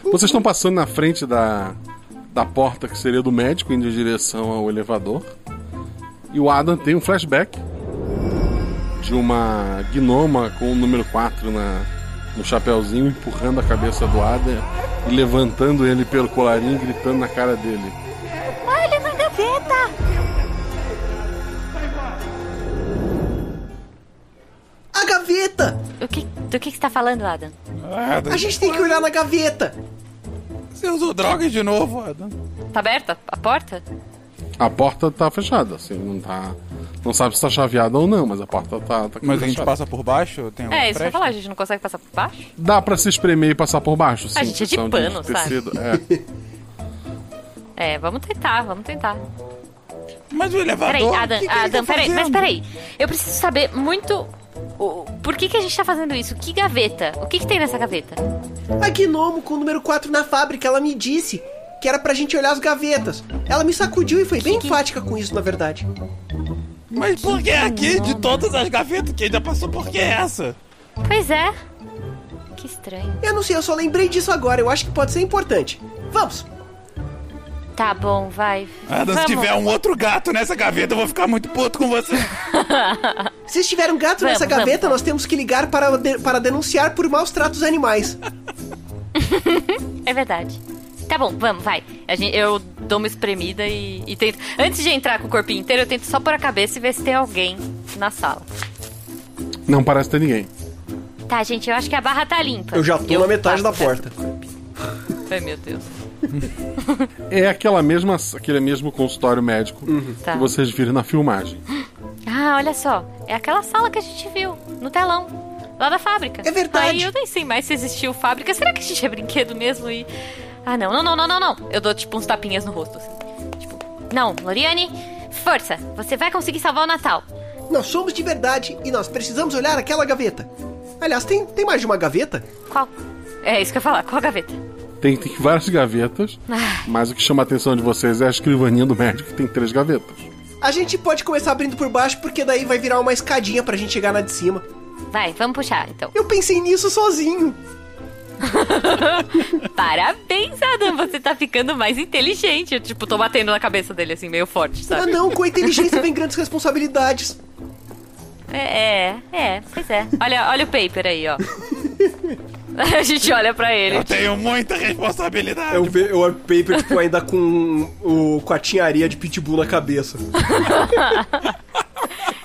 Vocês estão passando na frente da, da porta que seria do médico, indo em direção ao elevador. E o Adam tem um flashback de uma gnoma com o número 4 na, no chapéuzinho, empurrando a cabeça do Adam e levantando ele pelo colarinho e gritando na cara dele.
Olha na gaveta!
A gaveta!
O que, do que, que você tá falando, Adam?
Ah, tá
A gente tem que olhar na gaveta!
Você usou droga de novo, Adam?
Tá aberta a porta?
A porta tá fechada, assim, não tá. Não sabe se tá chaveada ou não, mas a porta tá. tá
Mas a gente
fechada.
passa por baixo? Tem algum
é, isso que eu ia
prédio?
falar, a gente não consegue passar por baixo?
Dá pra se espremer e passar por baixo, sim.
A gente é de
questão
pano, sabe?
tecido, é.
É, vamos tentar, vamos tentar.
Mas o elevador,
Peraí, Adam,
o que que ele
Adam
tá
peraí, mas
fazendo?
peraí. Eu preciso saber muito. o- por que, que a gente tá fazendo isso? Que gaveta? O que, que tem nessa gaveta?
A Gnomo com o número 4 na fábrica, ela me disse que era pra gente olhar as gavetas. Ela me sacudiu e foi bem enfática com isso, na verdade.
Mas por que aqui, de todas as gavetas que ainda passou, por que essa?
Pois é. Que estranho.
Eu não sei, eu só lembrei disso agora. Eu acho que pode ser importante. Vamos!
Tá bom, vai.
Adam, se
Vamos.
tiver um outro gato nessa gaveta, eu vou ficar muito puto com você.
Se tiver um gato
Vamos,
nessa
vamos,
gaveta, nós temos que ligar para, de- para denunciar por maus tratos a animais.
É verdade. Tá bom, vamos, vai. A gente- eu dou uma espremida e, e tento. Antes de entrar com o corpinho inteiro, eu tento só pôr a cabeça e ver se tem alguém na sala.
Não parece ter ninguém.
Tá, gente, eu acho que a barra tá limpa.
Eu já tô na metade da porta.
Ai, meu Deus.
É aquela mesma, aquele mesmo consultório médico
Tá.
que vocês viram na filmagem.
Ah, olha só. É aquela sala que a gente viu, no telão. Lá da fábrica. É verdade. Aí eu nem sei mais se existiu fábrica. Será que a gente é brinquedo mesmo e. Ah, não, não, não, não, não, não. Eu dou tipo uns tapinhas no rosto, assim. Tipo, não, Loriane, força. Você vai conseguir salvar o Natal.
Nós somos de verdade e nós precisamos olhar aquela gaveta. Aliás, tem, tem mais de uma gaveta?
Qual? É isso que eu ia falar, qual gaveta?
Tem, tem várias gavetas,
Ah,
mas o que chama a atenção de vocês é a escrivaninha do médico que tem três gavetas.
A gente pode começar abrindo por baixo, porque daí vai virar uma escadinha pra gente chegar na de cima.
Vai, vamos puxar, então.
Eu pensei nisso sozinho.
Parabéns, Adam. Você tá ficando mais inteligente. Eu, tipo, tô batendo na cabeça dele, assim, meio forte, sabe?
Ah não, com a inteligência vem grandes responsabilidades.
É, é, é, pois é. Olha, olha o paper aí, ó. A gente olha pra ele.
Eu tenho É muita responsabilidade.
Eu ve- eu olho pro paper, tipo, ainda com o com a tinharia de pitbull na cabeça.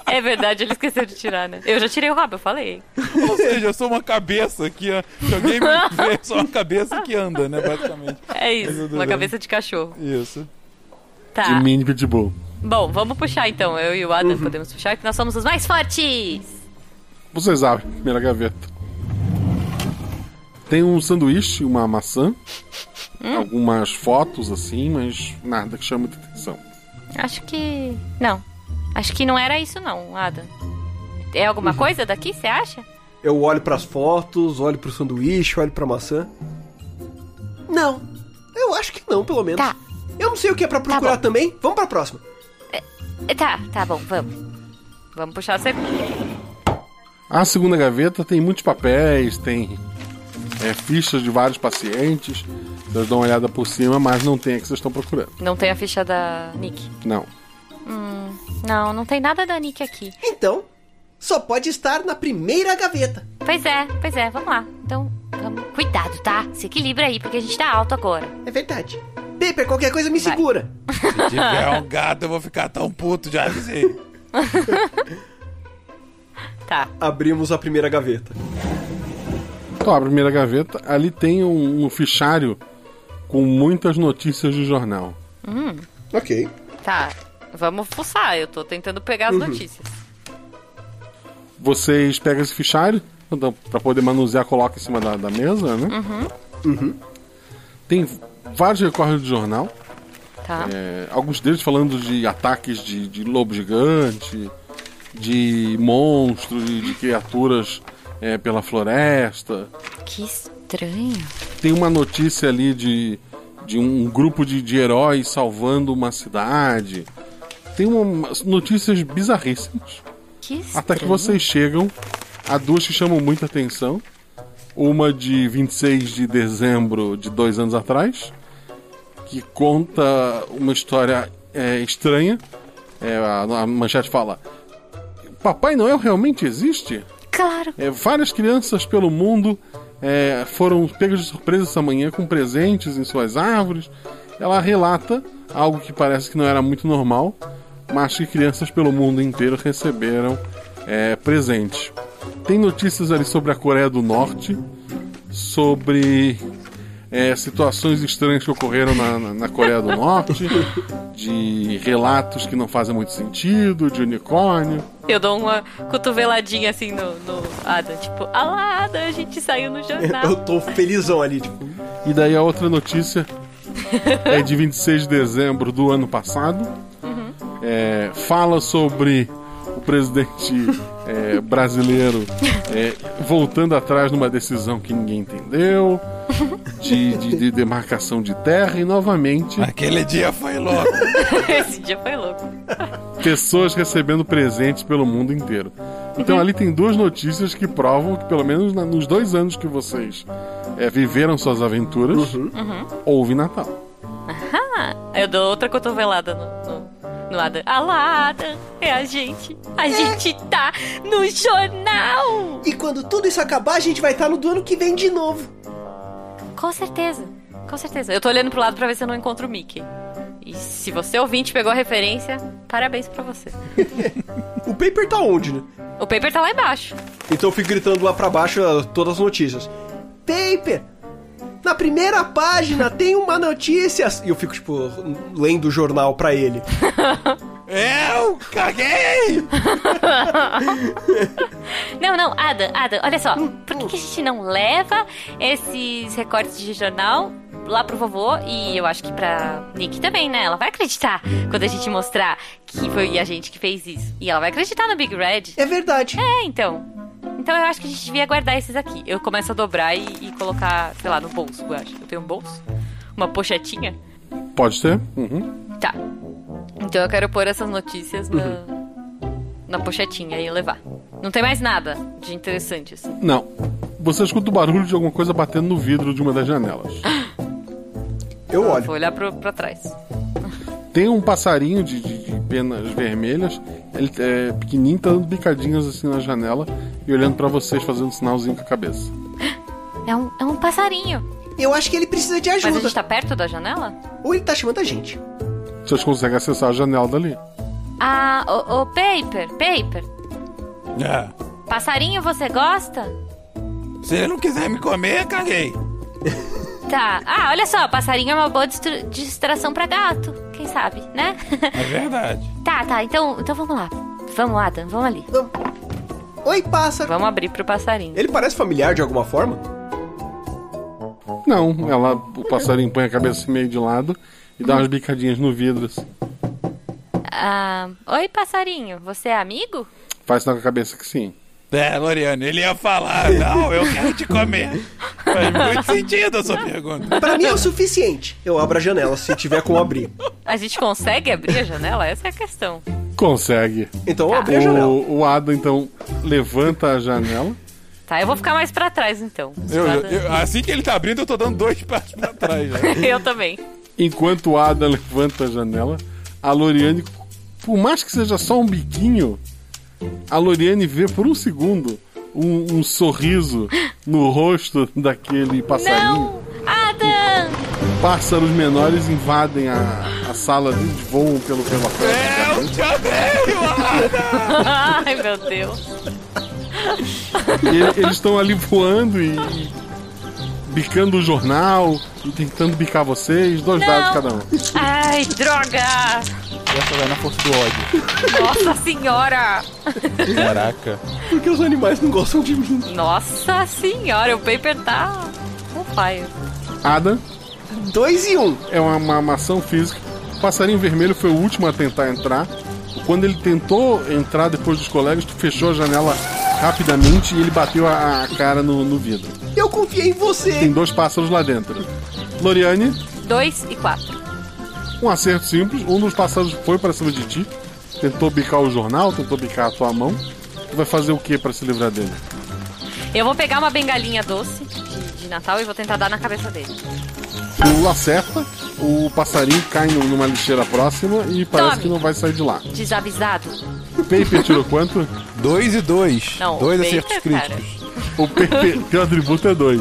É verdade, ele esqueceu de tirar, né? Eu já tirei o rabo, eu falei.
Ou seja, eu sou uma cabeça que. ah, Se alguém me vê, eu sou uma cabeça que anda, né, basicamente.
É
Mas
isso,
tudo
uma
bem.
cabeça de cachorro.
Isso.
Tá.
Ah.
De mini pitbull.
Bom, vamos puxar então. Eu e o Adam podemos puxar, que nós somos os mais fortes.
Vocês abrem a primeira gaveta. Tem um sanduíche, uma maçã, algumas fotos assim, mas nada que chame muita atenção.
Acho que. Não. Acho que não era isso, não, Adam. É alguma coisa daqui, você acha?
Eu olho pras fotos, olho pro sanduíche, olho pra maçã. Não. Eu acho que não, pelo menos. Tá. Eu não sei o que é pra procurar também. Vamos pra próxima.
É, Tá, tá bom, vamos. Vamos puxar a segunda.
A segunda gaveta tem muitos papéis, tem é, fichas de vários pacientes. Vocês dão uma olhada por cima, mas não tem a que vocês estão procurando.
Não tem a ficha da Nick.
Não.
Hum, não, não tem nada da Nick aqui.
Então, só pode estar na primeira gaveta.
Pois é, pois é, vamos lá. Então, vamos. Cuidado, tá? Se equilibra aí, porque a gente tá alto agora.
É verdade. Paper, qualquer coisa me segura.
Se tiver um gato, eu vou ficar tão puto, já avisei.
Tá.
Abrimos a primeira gaveta.
Então, a primeira gaveta, ali tem um, um fichário com muitas notícias de jornal.
Hum,
Ok.
tá. Vamos fuçar, eu tô tentando pegar as
Uhum.
notícias.
Vocês pegam esse fichário, então, pra poder manusear, coloca em cima da, da mesa, né?
Uhum,
Tem vários recordes de jornal.
tá.
É, alguns deles falando de ataques de, de lobo gigante, de monstros, de, de criaturas é, pela floresta.
Que estranho.
Tem uma notícia ali de, de um grupo de, de heróis salvando uma cidade. Tem uma, notícias bizarríssimas.
Que estranho.
Até que vocês chegam a duas que chamam muita atenção. Uma de 26 de dezembro de dois anos atrás, que conta uma história é, estranha. É, a, a manchete fala: Papai Noel realmente existe?
Claro.
É, várias crianças pelo mundo é, foram pegas de surpresa essa manhã com presentes em suas árvores. Ela relata algo que parece que não era muito normal, mas que crianças pelo mundo inteiro receberam é, presentes. Tem notícias ali sobre a Coreia do Norte, sobre é, situações estranhas que ocorreram na, na- na Coreia do Norte, de relatos que não fazem muito sentido, de unicórnio.
Eu dou uma cotoveladinha assim no, no Adam, tipo, ah lá, Adam, a gente saiu no jornal.
tô felizão ali, tipo. E daí a outra notícia é de 26 de dezembro do ano passado. É, fala sobre o presidente é, brasileiro é, voltando atrás numa decisão que ninguém entendeu, de, de- de demarcação de terra e novamente.
Aquele dia foi louco.
Esse dia foi louco.
pessoas recebendo presentes pelo mundo inteiro. Então ali tem duas notícias que provam que pelo menos na- nos dois anos que vocês é, viveram suas aventuras,
Uhum.
houve Natal.
Ah, eu dou outra cotovelada no, no, no Adam. Ah lá, Adam, é a gente. A gente tá no jornal!
E quando tudo isso acabar, a gente vai estar no do ano que vem de novo.
Com certeza, com certeza. Eu tô olhando pro lado pra ver se eu não encontro o Mickey. E se você ouvinte pegou a referência, parabéns pra você.
O paper tá onde, né?
O paper tá lá embaixo.
Então eu fico gritando lá pra baixo
eh,
ah, todas as notícias.
é Paper! Na primeira página tem uma notícia. E eu fico, tipo, lendo o jornal pra ele.
Eu caguei!
Não, não, Adam, Adam, olha só. Por que, que a gente não leva esses recortes de jornal lá pro vovô e eu acho que pra Nick também, né? Ela vai acreditar quando a gente mostrar que foi a gente que fez isso. E ela vai acreditar no Big Red.
É verdade.
É, então. Então eu acho que a gente devia guardar esses aqui. Eu começo a dobrar e, e colocar, sei lá, no bolso, eu acho. Eu tenho um bolso? Uma pochetinha?
Pode ser? Uhum.
Tá. Então eu quero pôr essas notícias na,
Uhum.
na pochetinha e levar. Não tem mais nada de interessante, assim.
Não. Você escuta o barulho de alguma coisa batendo no vidro de uma das janelas.
Eu
olho. Vou olhar pro, pra trás.
Tem um passarinho de, de- de penas vermelhas, ele é pequenininho, tá dando bicadinhas assim na janela e olhando pra vocês, fazendo um sinalzinho com a cabeça.
É um, é um passarinho.
Eu acho que ele precisa de ajuda.
Mas a gente tá perto da janela?
Ou ele tá chamando a gente.
Vocês conseguem acessar a janela dali.
Ah, o, o Paper, Paper. Passarinho você gosta?
Se ele não quiser me comer, caguei.
Tá. Ah, olha só, passarinho é uma boa distru- distração pra gato. Quem sabe, né?
É verdade.
Tá, tá. Então, então vamos lá. Vamos, Adam, vamos ali.
Oi, pássaro.
Vamos abrir pro passarinho.
Ele parece familiar de alguma forma?
Não, ela, o passarinho põe a cabeça assim meio de lado e dá umas bicadinhas no vidro. Assim.
Ah, oi, passarinho, você é amigo?
Faz sinal com a cabeça que sim.
É, Loriane, ele ia falar, não, eu quero te comer. Faz muito sentido a sua pergunta.
Pra mim é o suficiente.
Eu abro a janela, se tiver como abrir.
A gente consegue abrir a janela? Essa é a questão.
Consegue.
Então
Tá.
abre
abre a janela.
O, o Adam, então, levanta a janela.
Tá, eu vou ficar mais pra trás então.
Eu-
Adam-
eu- assim que ele tá abrindo, eu tô dando dois passos pra trás. né?
eu também.
Enquanto o Adam levanta a janela, a Loriane, por mais que seja só um biquinho, a Loriane vê por um segundo um, um sorriso no rosto daquele passarinho.
Adam!
Pássaros menores invadem a, a sala deles, voam pelo relógio.
Eu te odeio,
Adam! Ai, meu Deus.
E ele- eles estão ali voando e e bicando o jornal e tentando bicar vocês, dois
Não.
dados cada um.
Ai, droga!
Essa vai na força do ódio.
Nossa senhora!
Caraca.
Porque os animais não gostam de mim.
Nossa senhora, o paper tá on fire.
Ada.
2 e 1. Um.
É uma, uma, uma ação física. O passarinho vermelho foi o último a tentar entrar. Quando ele tentou entrar depois dos colegas, tu fechou a janela rapidamente e ele bateu a, a cara no, no vidro.
Eu confiei em você.
Tem dois pássaros lá dentro. Loriane,
Dois e quatro.
um acerto simples. Um dos pássaros foi pra cima de ti. Tentou bicar o jornal, tentou bicar a tua mão. Tu vai fazer o que pra se livrar dele?
Eu vou pegar uma bengalinha doce de, de Natal e vou tentar dar na cabeça dele.
Pula acerta, o passarinho cai num- numa lixeira próxima e parece
Tome.
que não vai sair de lá.
Desavisado.
O Paper tirou quanto?
2 e 2.
Não,
dois
o Peter,
acertos críticos.
O Paper, teu atributo é 2.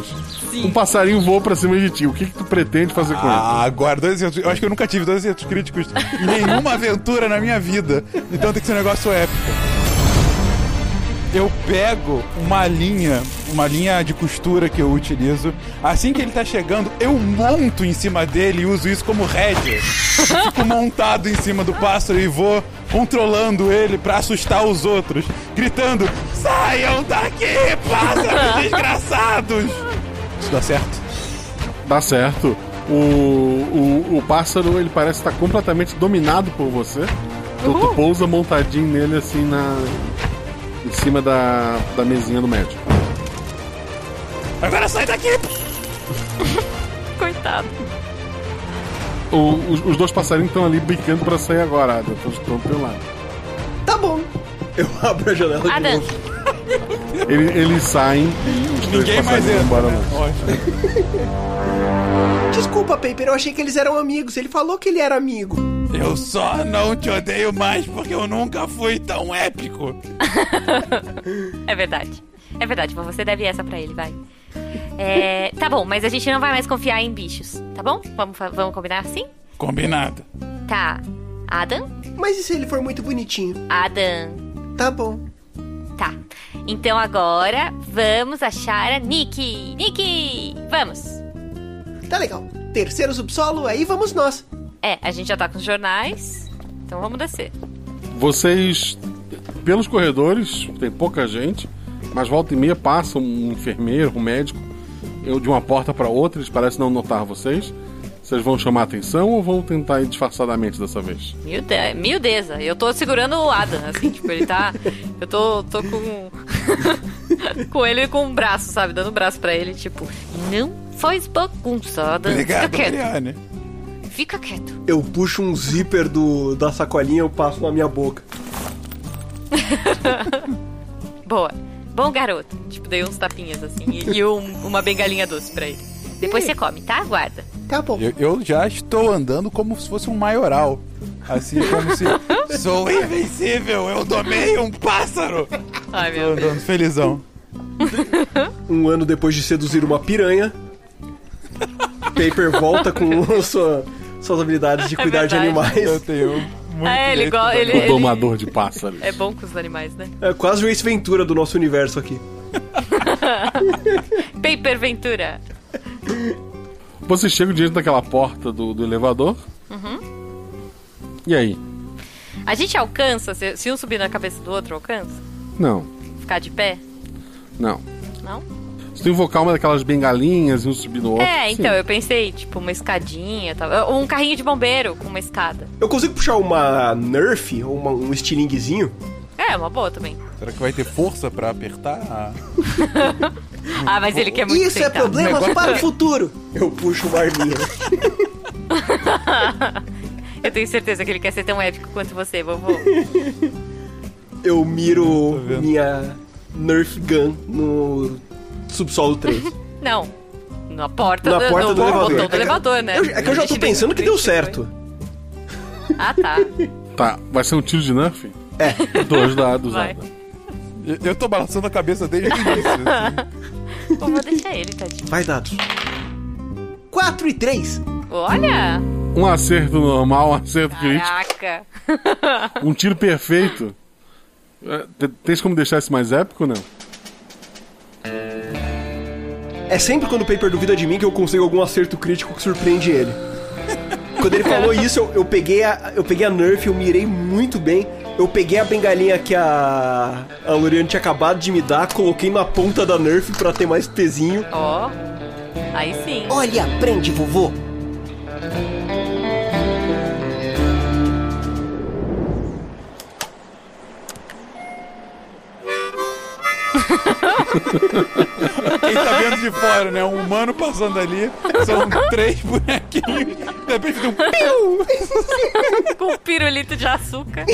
Um passarinho voa pra cima de ti. O que, que tu pretende fazer com ele?
Ah, agora, dois acertos. Eu acho que eu nunca tive dois acertos críticos em nenhuma aventura na minha vida. Então tem que ser um negócio épico. Eu pego uma linha, uma linha de costura que eu utilizo. Assim que ele tá chegando, eu monto em cima dele e uso isso como rédea. Fico montado em cima do pássaro e vou controlando ele pra assustar os outros, gritando: Saiam daqui, pássaros desgraçados! Isso dá certo?
Dá certo. O, o, o pássaro, ele parece estar completamente dominado por você. Tu, tu pousa montadinho nele, assim, na... Em cima da, da mesinha do médico.
Agora sai daqui!
Coitado.
O- os, os dois passarinhos estão ali brincando pra sair agora, Adam. Estão pelo lado.
Tá bom.
Eu abro a janela de
Adam,
novo.
Ele- eles saem e os dois
Ninguém mais
passarinhos
entra,
vão embora.
né?
longe.
Desculpa, Paper, eu achei que eles eram amigos. Ele falou que ele era amigo.
Eu só não te odeio mais porque eu nunca fui tão épico.
é verdade. É verdade, mas você deve essa pra ele, vai. É, tá bom, mas a gente não vai mais confiar em bichos, tá bom? Vamos, fa- vamos combinar assim?
Combinado.
Tá. Adam?
Mas e se ele for muito bonitinho?
Adam.
Tá bom.
Tá. Então agora vamos achar a Nick. Nick, vamos.
Tá legal. Terceiro subsolo, aí vamos nós.
É, a gente já tá com os jornais. Então vamos descer.
Vocês, pelos corredores, tem pouca gente, mas volta e meia passa um enfermeiro, um médico, eu- de uma porta pra outra, eles parecem não notar vocês. Vocês vão chamar atenção ou vão tentar ir disfarçadamente dessa vez?
Miude- Miudeza. Eu tô segurando o Adam, assim, tipo, ele tá. Eu tô, tô com. com ele com um braço, sabe? Dando um braço pra ele, tipo, não faz bagunça, Adam.
Obrigado,
Fica quieto.
Mariane.
Fica quieto.
Eu puxo um zíper do, da sacolinha e eu passo na minha boca.
Boa. Bom garoto. Tipo, dei uns tapinhas assim e, e um- uma bengalinha doce pra ele. Depois você come, tá? Aguarda.
Tá bom.
Eu, eu já estou andando como se fosse um maioral. Assim, como se. Sou um invencível, eu domei um pássaro!
Ai,
meu Deus. Felizão.
Um ano depois de seduzir uma piranha, Paper volta com sua- suas habilidades de
É
cuidar de
verdade.
animais.
Eu tenho um
É, ele go-
né?
ele-
o domador de pássaros.
É bom com os animais, né?
É quase o Ace Ventura do nosso universo aqui.
Paper Ventura.
Vocês chegam diante daquela porta do, do elevador,
Uhum.
e aí?
A gente alcança, se, se um subir na cabeça do outro, alcança?
Não,
Ficar de pé?
não.
Não?
Se tu invocar uma daquelas bengalinhas e um subir no outro.
é,
sim.
então, eu pensei, tipo, uma escadinha, tal. Ou um carrinho de bombeiro com uma escada.
Eu consigo puxar uma Nerf ou uma- um estilinguezinho?
É, uma boa também.
Será que vai ter força pra apertar? a-
Ah, mas ele quer muito
Isso é
tentar.
problemas para o futuro.
Eu puxo uma arminha.
Eu tenho certeza que ele quer ser tão épico quanto você, vovô.
Eu miro minha Nerf Gun no subsolo 3.
Não. Na porta,
na
do,
porta
no
do
botão
elevador.
do elevador, né?
Eu- é que eu já tô pensando que deu certo.
Ah, tá.
Tá, vai ser um tiro de nerf? É. Dois dados,
Vai.
Adam.
Eu, eu tô balançando a cabeça desde o início.
Eu vou deixar ele, tadinho.
Vai, dados.
4 e 3.
Olha!
Um acerto normal, um acerto crítico.
Caraca!
Um tiro perfeito. É, te- Tens como deixar isso mais épico ou não?
É sempre quando o Paper duvida de mim que eu consigo algum acerto crítico que surpreende ele. Quando ele falou isso, eu, eu peguei a, eu peguei a Nerf, eu mirei muito bem. Eu peguei a bengalinha que a, a Loriane tinha acabado de me dar, coloquei na ponta da Nerf pra ter mais pezinho.
Ó. Aí sim.
Olha, aprende, vovô.
Quem tá vendo de fora, né? Um humano passando ali, são três bonequinhos, de repente tem um piu!
Com um pirulito de açúcar.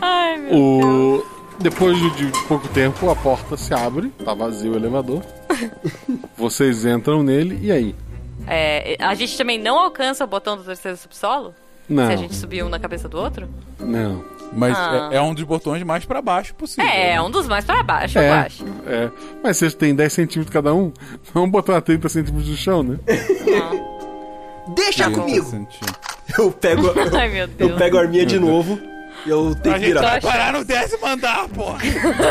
Ai, meu
O... Depois de, de pouco tempo, a porta se abre, tá vazio o elevador. Vocês entram nele, e aí?
É, a gente também não alcança o botão do terceiro subsolo?
Não.
Se a gente subir um na cabeça do outro?
Não.
Mas
Ah.
é, é um dos botões mais pra baixo possível.
É,
né?
é um dos mais pra baixo, eu acho.
é. Mas vocês têm 10 centímetros cada um, vamos botar 30 centímetros do chão, né?
Deixa
Trinta
comigo!
centímetros.
Eu pego, eu,
Ai, meu Deus.
eu pego a arminha de novo e eu tenho
A
que
gente
virar.
vai parar no décimo andar, porra.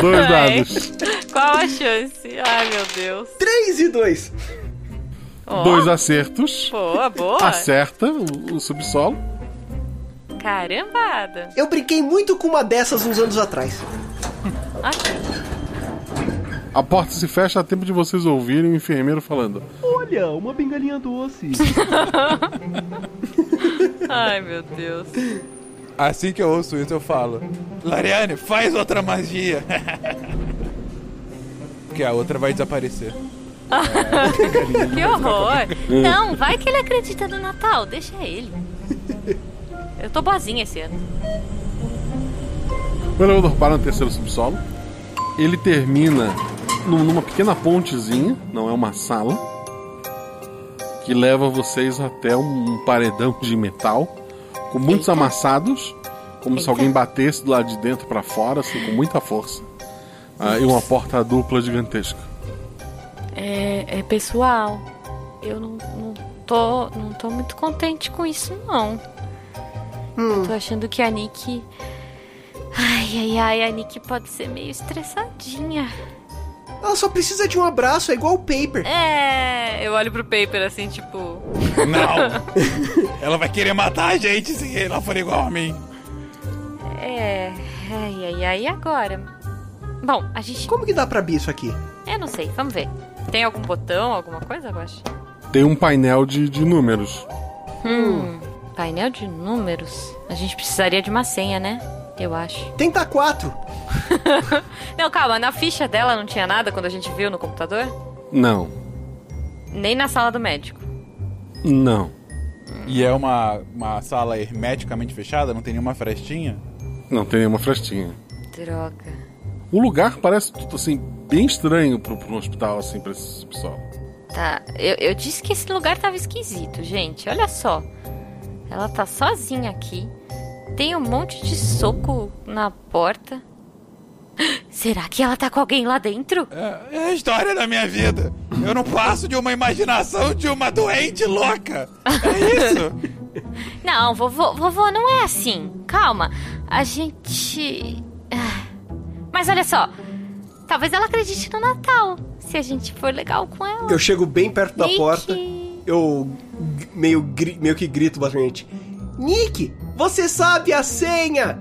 Dois
Ai,
dados.
Qual a chance? Ai, meu Deus.
3 e 2.
Ó,
Dois acertos.
Boa, boa.
Acerta o, o subsolo.
Carambada.
Eu brinquei muito com uma dessas uns anos atrás.
Aqui.
A porta se fecha a tempo de vocês ouvirem o enfermeiro falando.
Olha, uma bengalinha doce.
Ai, meu Deus.
Assim que eu ouço isso, eu falo: Lariane, faz outra magia. Porque a outra vai desaparecer.
que horror. Não, vai que ele acredita no Natal. Deixa ele. Eu tô boazinha esse ano.
O elevador para no terceiro subsolo. Ele termina num- numa pequena pontezinha, não é uma sala, que leva vocês até um um paredão de metal, com muitos amassados, como se alguém batesse do lado de dentro para fora, assim, com muita força. Ah, e uma porta dupla gigantesca.
É, é pessoal. Eu não, não tô, não tô muito contente com isso, não. Tô achando que a Nick. Ai, ai, ai, a Nick pode ser meio estressadinha.
Ela só precisa de um abraço, é igual o paper.
É, eu olho pro paper assim, tipo.
Não! Ela vai querer matar a gente se ela for igual a mim.
É. Ai, ai, ai, e agora? Bom, a gente.
Como que dá pra abrir isso aqui?
Eu não sei, vamos ver. Tem algum botão, alguma coisa, eu acho?
Tem um painel de, de números.
Hum. Painel de números. A gente precisaria de uma senha, né? Eu acho.
Tenta quatro.
Não, calma, na ficha dela não tinha nada quando a gente viu no computador?
Não,
Nem na sala do médico.
não,
E é uma, uma sala hermeticamente fechada, não tem nenhuma frestinha?
não tem nenhuma frestinha.
Droga.
O lugar parece tudo assim bem estranho para um hospital assim para esse subsolo.
Tá, eu, eu disse que esse lugar tava esquisito, gente. Olha só. Ela tá sozinha aqui. Tem um monte de soco na porta. Será que ela tá com alguém lá dentro?
É a história da minha vida. Eu não passo de uma imaginação de uma doente louca. É isso.
Não, vovô, vovô, não é assim. Calma. A gente. Ah. Mas olha só. Talvez ela acredite no Natal. Se a gente for legal com ela.
Eu chego bem perto da
Nick.
porta, eu g- meio, gri- meio que grito bastante. Nick, você sabe a senha?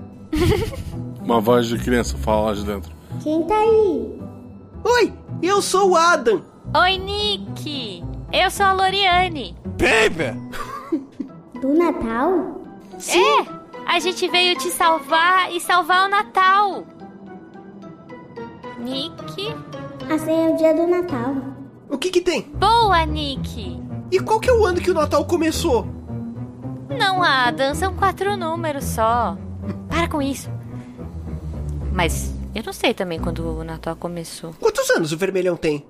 Uma voz de criança fala lá de dentro.
Quem tá aí? Oi, eu sou o Adam.
Oi, Nick. Eu sou a Loriane.
Paper!
Do Natal?
É! A gente veio te salvar e salvar o Natal. Nick?
A
Assim
ceia é o dia do Natal.
O que que tem?
Boa, Nick!
E qual que é o ano que o Natal começou?
Não, Adam, são quatro números só. Para com isso. Mas eu não sei também quando o Natal começou.
Quantos anos o vermelhão tem?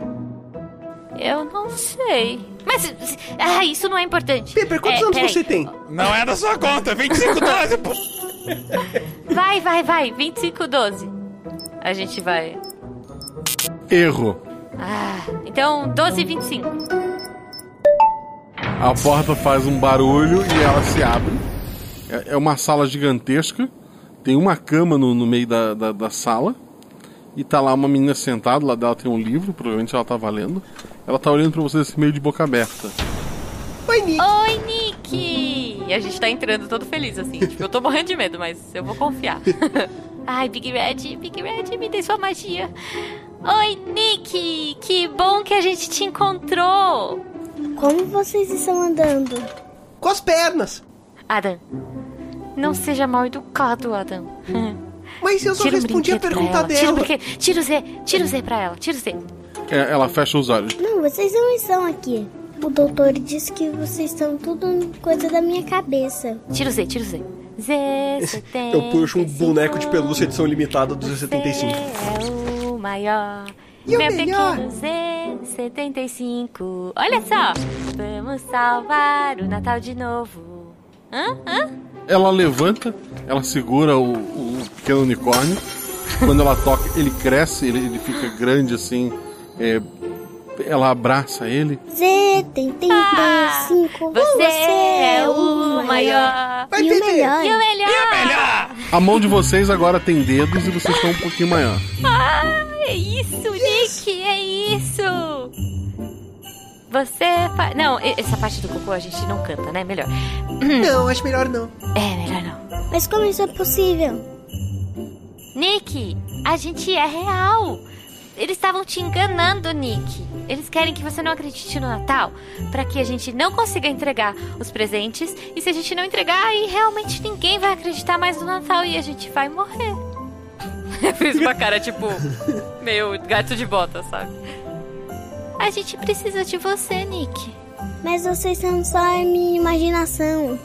Eu não sei. Mas. Ah, isso não é importante.
Pepper, quantos
É,
anos
peraí.
você tem?
Não é da sua conta, 25 12, pô.
Vai, vai, vai. 2512. A gente vai.
Erro.
Ah, então 12 e 25.
A porta faz um barulho e ela se abre. É- É uma sala gigantesca. Tem uma cama no, no meio da, da, da sala. E tá lá uma menina sentada, lá dela tem um livro, provavelmente ela tá valendo. Ela tá olhando pra vocês assim, meio de boca aberta.
Oi, Nick.
Oi, Nick! E a gente tá entrando todo feliz, assim. Tipo, eu tô morrendo de medo, mas eu vou confiar. Ai, Big Red, Big Red, me dê sua magia. Oi, Nick! Que bom que a gente te encontrou!
Como vocês estão andando?
Com as pernas.
Adam, não seja mal educado, Adam.
Mas eu só
Tira um
respondi a
brinquedo pra
pergunta
ela. Tira, um o
dela.
brinquedo. tira o Z, tira o Z pra ela, tira o Z.
É, ela fecha os olhos.
Não, vocês não estão aqui. O doutor disse que vocês estão tudo coisa da minha cabeça.
Tira o Z, tira o Z. Z,
Eu puxo um boneco de pelúcia edição limitada dos
Você
75.
é o maior. E o
Meu
melhor?
pequeno Z75. Olha só. Vamos salvar o Natal de novo. Hã? Hã?
Ela levanta, ela segura o, o pequeno unicórnio. Quando ela toca, ele cresce, ele, ele fica grande assim. é, ela abraça ele.
Z, tem, tem, tem, cinco.
você é o maior.
E o melhor.
E o melhor.
A mão de vocês agora tem dedos e vocês estão um pouquinho maior.
Ah, é isso, Nick, é isso. Você fa... Não, e- essa parte do cocô a gente não canta, né? Melhor.
Não, acho melhor não.
É, melhor não.
Mas como isso é possível?
Nick, a gente é real. Eles estavam te enganando, Nick. Eles querem que você não acredite no Natal para que a gente não consiga entregar os presentes. E se a gente não entregar, aí realmente ninguém vai acreditar mais no Natal e a gente vai morrer.
Eu fiz uma cara, tipo, meio gato de bota, sabe?
A gente precisa É de você, Nick.
Mas vocês são só a minha imaginação.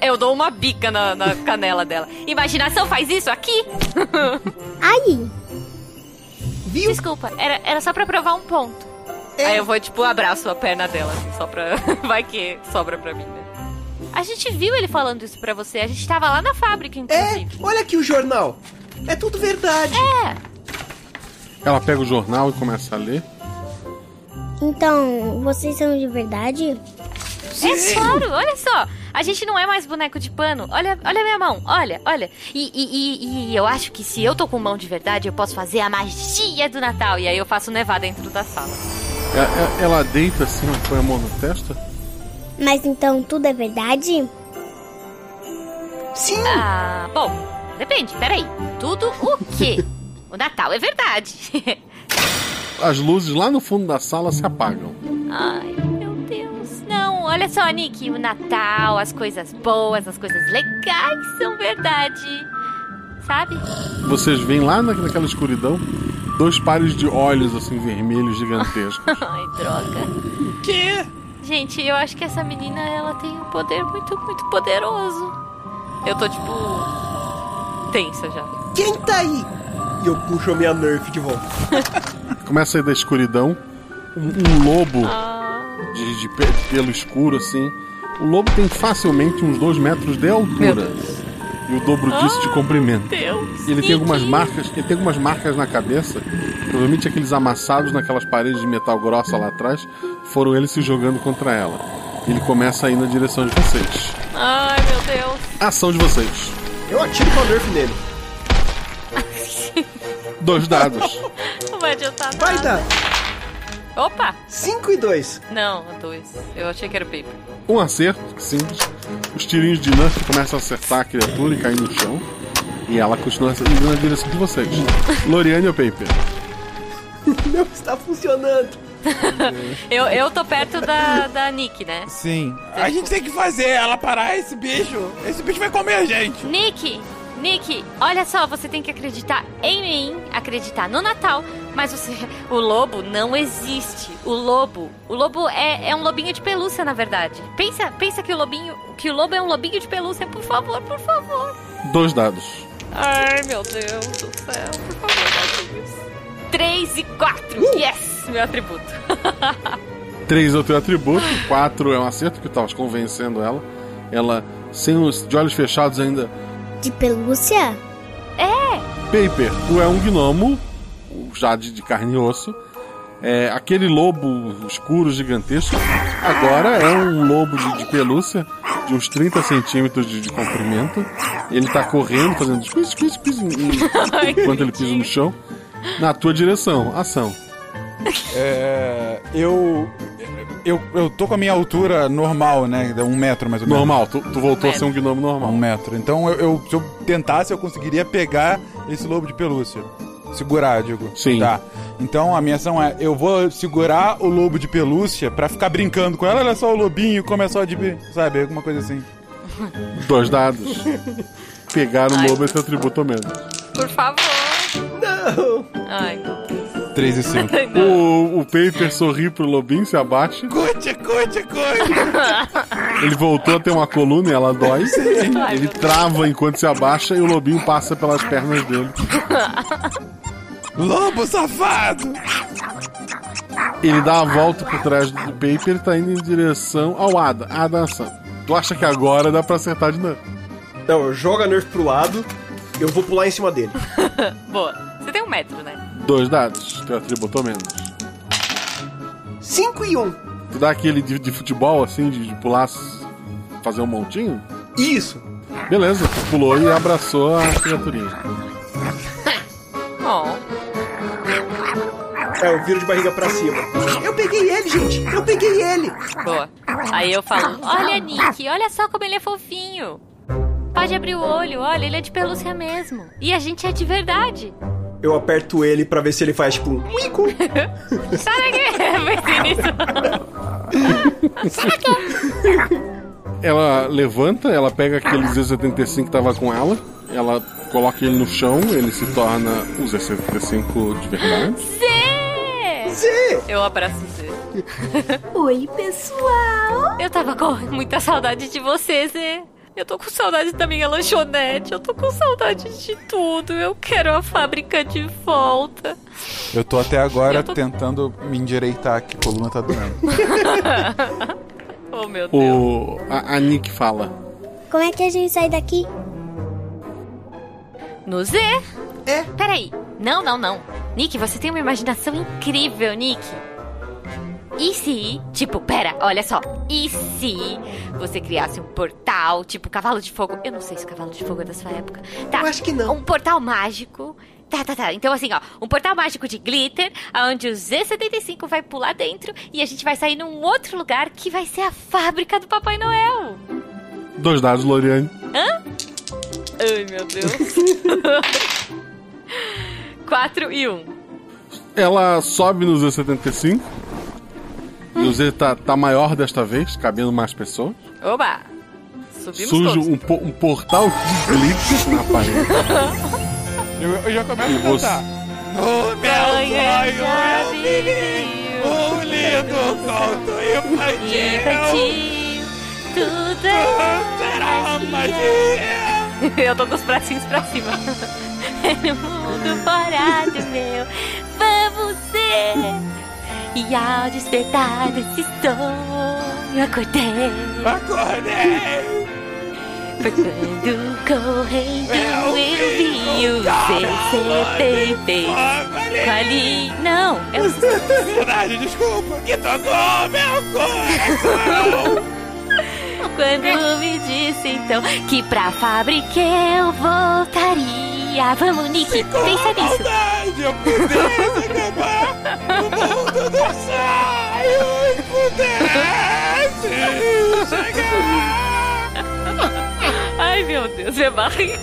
Eu dou uma bica na, na canela dela. Imaginação faz isso aqui?
Ai!
Desculpa, era, era só pra provar um ponto. Aí eu vou, tipo, abraço a perna dela, assim, só pra. Vai que sobra pra mim, né?
A gente viu ele falando isso pra você. A gente tava lá na fábrica, inclusive.
Olha aqui o jornal. É tudo verdade.
É.
Ela pega o jornal e começa a ler.
Então, vocês são de verdade?
É claro, olha só. A gente não é mais boneco de pano. Olha, olha a minha mão, olha, olha. E, e- e- e eu acho que se eu tô com mão de verdade, eu posso fazer a magia do Natal. E aí eu faço nevar dentro da sala.
Ela, ela deita assim, mas põe a mão na testa.
Mas então tudo é verdade?
Sim!
Ah, bom, depende, peraí. Tudo o quê? o Natal é verdade.
As luzes lá no fundo da sala se apagam.
Ai, meu Deus. Não, olha só, Nick, o Natal, as coisas boas, as coisas legais são verdade. Sabe?
Vocês veem lá na- naquela escuridão dois pares de olhos assim vermelhos gigantescos.
Ai, droga. Que? Gente, eu acho que essa menina, ela tem um poder muito, muito poderoso.
Eu tô, tipo. tensa já.
Quem tá aí?
E eu puxo a minha Nerf de volta.
Começa a ir da escuridão um, um lobo de, de pe- pelo escuro assim. O lobo tem facilmente uns dois metros de altura e o dobro disso de comprimento.
Deus.
Ele tem algumas marcas, ele tem algumas marcas na cabeça. Provavelmente aqueles amassados naquelas paredes de metal grossa lá atrás foram eles se jogando contra ela. Ele começa a ir na direção de vocês.
Ai, meu Deus.
Ação de vocês.
Eu atiro com a Nerf nele.
Dois dados.
Não vai adiantar nada.
Vai dar.
Opa!
5 e 2.
Não, dois. Eu achei que era o paper.
Um acerto, simples. Os tirinhos de Nuff começam a acertar a criatura e cair no chão. E ela continua indo na direção de vocês. Loriane ou Paper?
Não está funcionando.
Eu, eu tô perto da, da Nick, né?
Sim. A gente tem que fazer ela parar esse bicho. Esse bicho vai comer a gente.
Nick, Nick, olha só, você tem que acreditar em mim, acreditar no Natal, mas você, o lobo não existe. O lobo, o lobo é, é um lobinho de pelúcia, na verdade. Pensa, pensa que o lobinho, que o lobo é um lobinho de pelúcia, por favor, por favor.
Dois dados.
Ai, meu Deus do céu. Por favor, meu Deus.
Três e quatro,
Uh!
yes, meu atributo.
Três é o teu atributo, quatro é um acerto que tava convencendo ela. Ela, sem os de olhos fechados ainda.
De pelúcia?
É.
Paper, tu é um gnomo, já de, de carne e osso. É, aquele lobo escuro gigantesco agora é um lobo de, de pelúcia de uns 30 centímetros de, de comprimento. Ele tá correndo, fazendo squiz, squiz, squiz, em- em- enquanto ele pisa no chão. Na tua direção, ação.
É, eu, eu. Eu tô com a minha altura normal, né? Um metro mais ou menos.
Normal, tu, voltou a ser um gnomo normal.
Um metro. Então eu, eu- se eu tentasse, eu conseguiria pegar esse lobo de pelúcia. Segurar, digo. Sim. Tá. Então a minha ação é: eu vou segurar o lobo de pelúcia pra ficar brincando com ela. Olha só o lobinho, como é só de. bi- Sabe? Alguma coisa assim.
Dois dados. Pegar o lobo é teu atributo ao menos.
Por favor. Não. Ai, meu Deus.
3 e
5.
O, o Paper sorri pro lobinho, se abaixa.
Curte, curte, curte.
Ele voltou a ter uma coluna e ela dói. Ele trava enquanto se abaixa e o lobinho passa pelas pernas dele.
Lobo safado!
Ele dá a volta por trás do paper e tá indo em direção ao Ada. Ada ação. Tu acha que agora dá pra acertar de novo?
Não, joga a Nerf pro lado, eu vou pular em cima dele.
Boa. Você tem um metro, né?
Dois dados. Teu atributou menos.
5 e 1. Um.
Tu dá aquele de, de futebol, assim, de, de pular, s- fazer um montinho?
Isso.
Beleza, tu pulou e abraçou a criaturinha.
Bom.
É, eu viro de barriga pra cima. Eu peguei ele, gente! Eu peguei ele!
Boa. Aí eu falo,
Olha, Nick, olha só como ele é fofinho. Pode abrir o olho, olha, ele é de pelúcia mesmo. E a gente é de verdade.
Eu aperto ele pra ver se ele faz tipo um. Mico!
Sai daqui! Pensei nisso. Sai
é?
daqui!
Ela levanta, ela pega aquele Z75 que tava com ela, ela coloca ele no chão, ele se torna o Z75 de verdade.
Zê!
Zê!
Eu abraço o Zê.
Oi, pessoal! Eu tava com muita saudade de você, Zê. Eu tô com saudade da minha lanchonete, eu tô com saudade de tudo. Eu quero a fábrica de volta.
Eu tô até agora
Eu tô-
tentando me endireitar aqui, a coluna tá doendo.
oh, meu Deus.
O, a, a Nick fala.
Como é que a gente sai daqui?
No Z? É. Peraí. Não, não, não. Nick, você tem uma imaginação incrível, Nick. E se, tipo, pera, olha só. E se você criasse um portal, tipo cavalo de fogo? Eu não sei se cavalo de fogo é da sua época. Tá. Eu acho que não. Um portal mágico. Tá, tá, tá. Então, assim, ó, um portal mágico de glitter, onde o Z75 vai pular dentro e a gente vai sair num outro lugar que vai ser a fábrica do Papai Noel.
Dois dados, Loriane.
Hã? Ai, meu Deus. 4 e 1. Um.
Ela sobe no Z75. E o Z tá, tá maior desta vez, cabendo mais pessoas.
Oba! Subimos
Surge
todos.
um, po- um portal de glitter na parede.
Eu, eu já começo
E
a
você-
cantar. No meu sonho eu
vivi
um lindo conto infantil.
Infantil, tudo é assim, será magia.
Eu tô com os bracinhos pra cima.
No mundo fora do meu, vamos ser. E ao despertar desse sonho, acordei. Acordei. Quando correndo
É
eu, vi o CCTV. Ali, não, eu
Verdade, desculpa, que tocou meu coração.
Quando me disse então que pra fábrica eu voltaria. Vamos, Nick, pensa nisso.
eu pudesse acabar o mundo dos sonhos e pudesse chegar.
Ai, meu Deus, é barriga.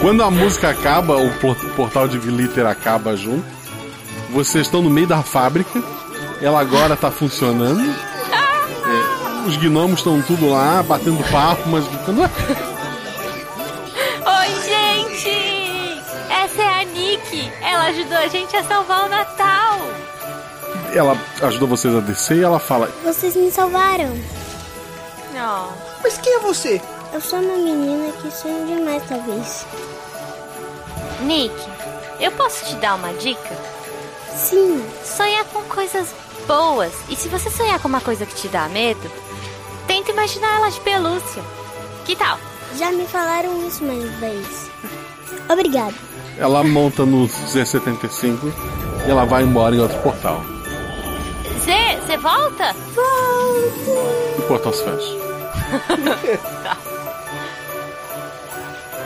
Quando a música acaba, o por- portal de glitter acaba junto. Vocês estão no meio da fábrica. Ela agora tá funcionando.
Ah!
É, os gnomos estão tudo lá, batendo papo, mas gritando. "Ué,
Oi, gente! Essa é a Nick. Ela ajudou a gente a salvar o Natal.
Ela ajudou vocês a descer e ela fala:
Vocês me salvaram.
Não.
Mas quem é você? Eu sou uma menina que sonha demais, talvez.
Nick, eu posso te dar uma dica?
Sim.
Sonhar com coisas boas. E se você sonhar com uma coisa que te dá medo, tenta imaginar ela de pelúcia. Que tal?
Já me falaram isso mais vezes. Obrigado.
Ela monta no Z75 e ela vai embora em outro portal.
Zê, você volta? Volto!
O portal se fecha.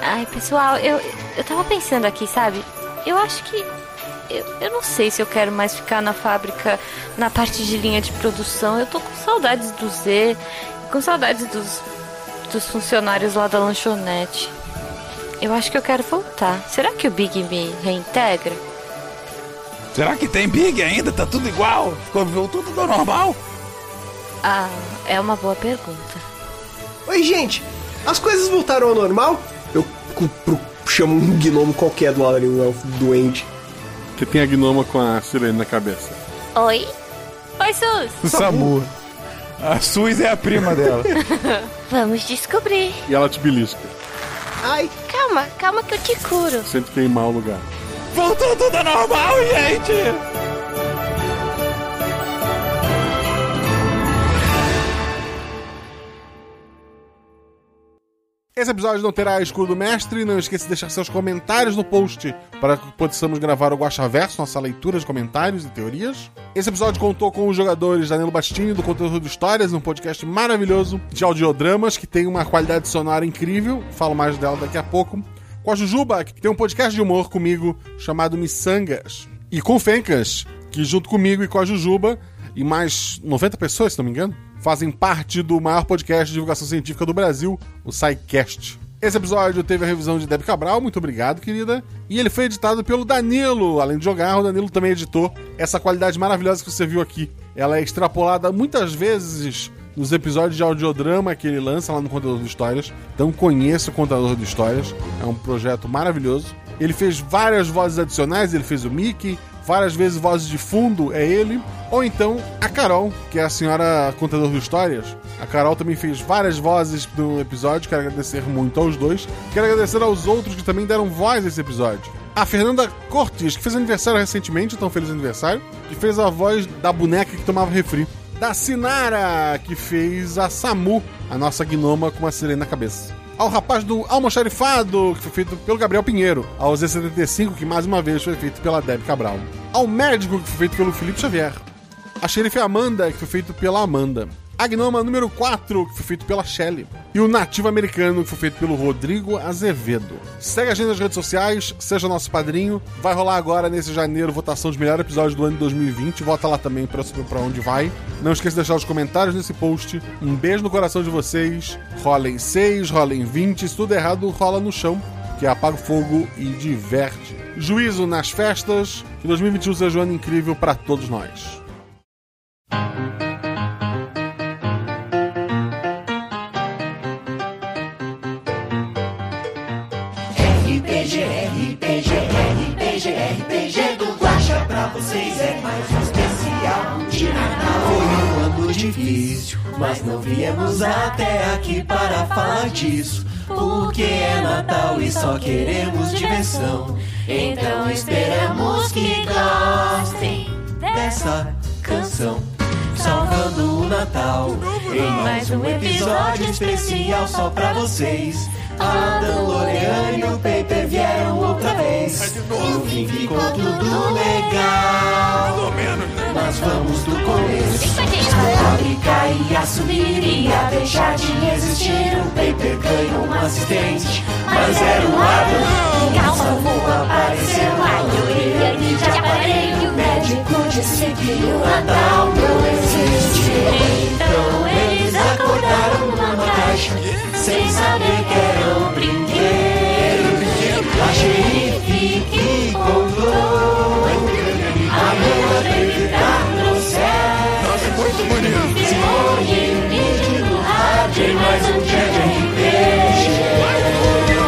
Ai, pessoal, eu, eu tava pensando aqui, sabe? Eu acho que. Eu, eu não sei se eu quero mais ficar na fábrica, na parte de linha de produção. Eu tô com saudades do Z, com saudades dos, dos funcionários lá da lanchonete. Eu acho que eu quero voltar. Será que o Big me reintegra?
Será que tem Big ainda? Tá tudo igual? Ficou ficou tudo ao normal?
Ah, é uma boa pergunta.
Oi, gente! As coisas voltaram ao normal? Eu cu- pro- chamo um gnomo qualquer do lado ali, um elfo doente.
Você tem a gnoma com a sirene na cabeça.
Oi? Oi, Sus!
Samu. A Suiz é a prima dela.
Vamos descobrir.
E ela te belisca.
Ai. Calma, calma que eu te curo.
Sempre queimar o lugar.
Voltou tudo ao normal, gente!
Esse episódio não terá escudo do mestre. Não esqueça de deixar seus comentários no post para que possamos gravar o Guaxaverso, nossa leitura de comentários e teorias. Esse episódio contou com os jogadores Danilo Bastini, do Conteúdo de Histórias, um podcast maravilhoso de audiodramas que tem uma qualidade sonora incrível. Falo mais dela daqui a pouco. Com a Jujuba, que tem um podcast de humor comigo chamado Missangas. E com o Fencas, que junto comigo e com a Jujuba, e mais 90 pessoas, se não me engano, fazem parte do maior podcast de divulgação científica do Brasil, o SciCast. Esse episódio teve a revisão de Deb Cabral, muito obrigado, querida. E ele foi editado pelo Danilo. Além de jogar, o Danilo também editou essa qualidade maravilhosa que você viu aqui. Ela é extrapolada muitas vezes nos episódios de audiodrama que ele lança lá no Contador de Histórias. Então conheça o Contador de Histórias, é um projeto maravilhoso. Ele fez várias vozes adicionais, ele fez o Mickey, várias vezes vozes de fundo é ele, ou então a Carol, que é a senhora contador de histórias. A Carol também fez várias vozes do episódio, quero agradecer muito aos dois. Quero agradecer aos outros que também deram voz a esse episódio. A Fernanda Cortes, que fez aniversário recentemente, então feliz aniversário, que fez a voz da boneca que tomava refri. Da Sinara, que fez a Samu, a nossa gnoma com uma sirene na cabeça ao rapaz do Almoxarifado, que foi feito pelo Gabriel Pinheiro, ao Z75, que mais uma vez foi feito pela Deb Cabral, ao médico, que foi feito pelo Felipe Xavier, a xerife Amanda, que foi feito pela Amanda, a gnoma número 4, que foi feito pela Shelley, e o nativo americano, que foi feito pelo Rodrigo Azevedo. Segue a gente nas redes sociais, seja nosso padrinho, vai rolar agora nesse janeiro votação dos melhores episódios do ano de 2020, vota lá também pra saber pra onde vai. Não esqueça de deixar os comentários nesse post, um beijo no coração de vocês, rolem 6, rolem 20, se tudo errado rola no chão, que apaga o fogo e diverte. Juízo nas festas, que 2021 seja um ano incrível pra todos nós.
RPG, RPG, RPG, RPG do Guaxa pra vocês é mais um especial de Natal. Foi um ano difícil, mas não viemos até aqui para falar disso. Porque é Natal e só queremos diversão. Então esperamos que gostem dessa canção. Salvando o Natal em mais um episódio especial só pra vocês. Adam, Lorean e o Pepe vieram outra vez. No fim ficou tudo legal. Mas vamos do começo. A fábrica ia assumir, ia deixar de existir. O Pepe ganhou um assistente, mas era o Adam. Quem salvou apareceu a Lorean e de aparelho. O médico disse que o Natal não existe. Então eles acordaram numa caixa, sem saber que era um brinquedo. A xerife que contou, a minha brincar no céu. Nossa, muito bonito. Ficou de no rádio em mais um dia de RPG.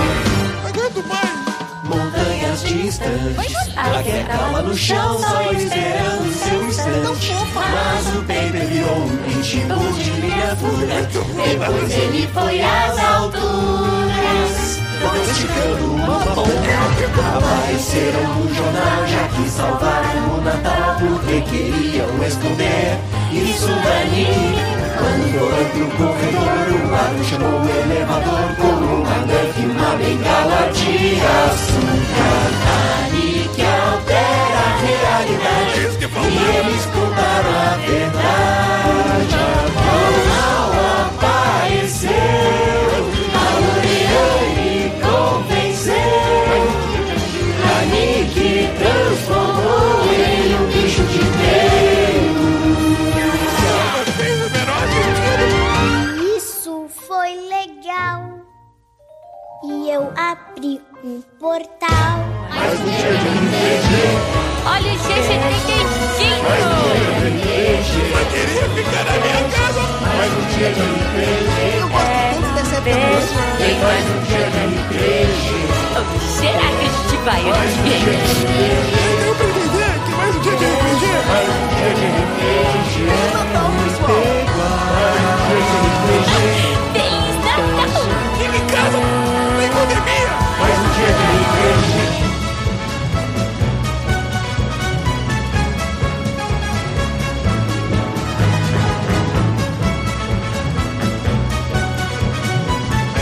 Aguento mais. Montanhas distantes, ela quer calma no chão, só esperando o seu instante. Mas o Pepe virou um pitbull de miniatura. Depois ele foi às alturas, domesticando uma pomba. Apareceram no um jornal, já que salvaram o Natal, porque queriam esconder isso dali. Quando foram pro corredor, o barulho chamou o elevador com uma nerf e uma bengala de açúcar. Ali que altera a realidade, e eles contaram a verdade. Ao apareceu, a Uriane convenceu, a Nick transformou em um bicho de peito.
Isso foi legal. E eu abri um portal. Mas o dia de
Olha é o Xixi quentinho!
Mas queria ficar na minha casa. Mais um dia de RPG. Eu gosto
É,
tanto dessa época. Tem mais um dia de RPG.
Será que a gente vai?
Mais um dia de RPG. Deu pra entender que mais um dia de RPG. Mais um dia de RPG. É Natal, pessoal. Mais um dia de RPG.
Feliz Natal!
E me casa. Tem pandemia. Mais um dia de RPG. né?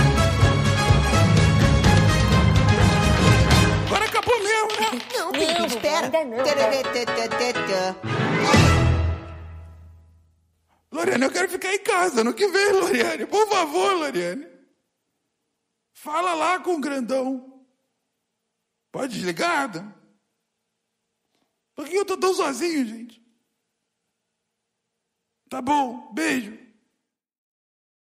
ainda não.
Loriane, eu quero ficar em casa ano que vem, Loriane. Por favor, Loriane. Fala lá com o grandão. Pode desligar, Adam? Por que eu tô tão sozinho, gente? Tá bom, beijo.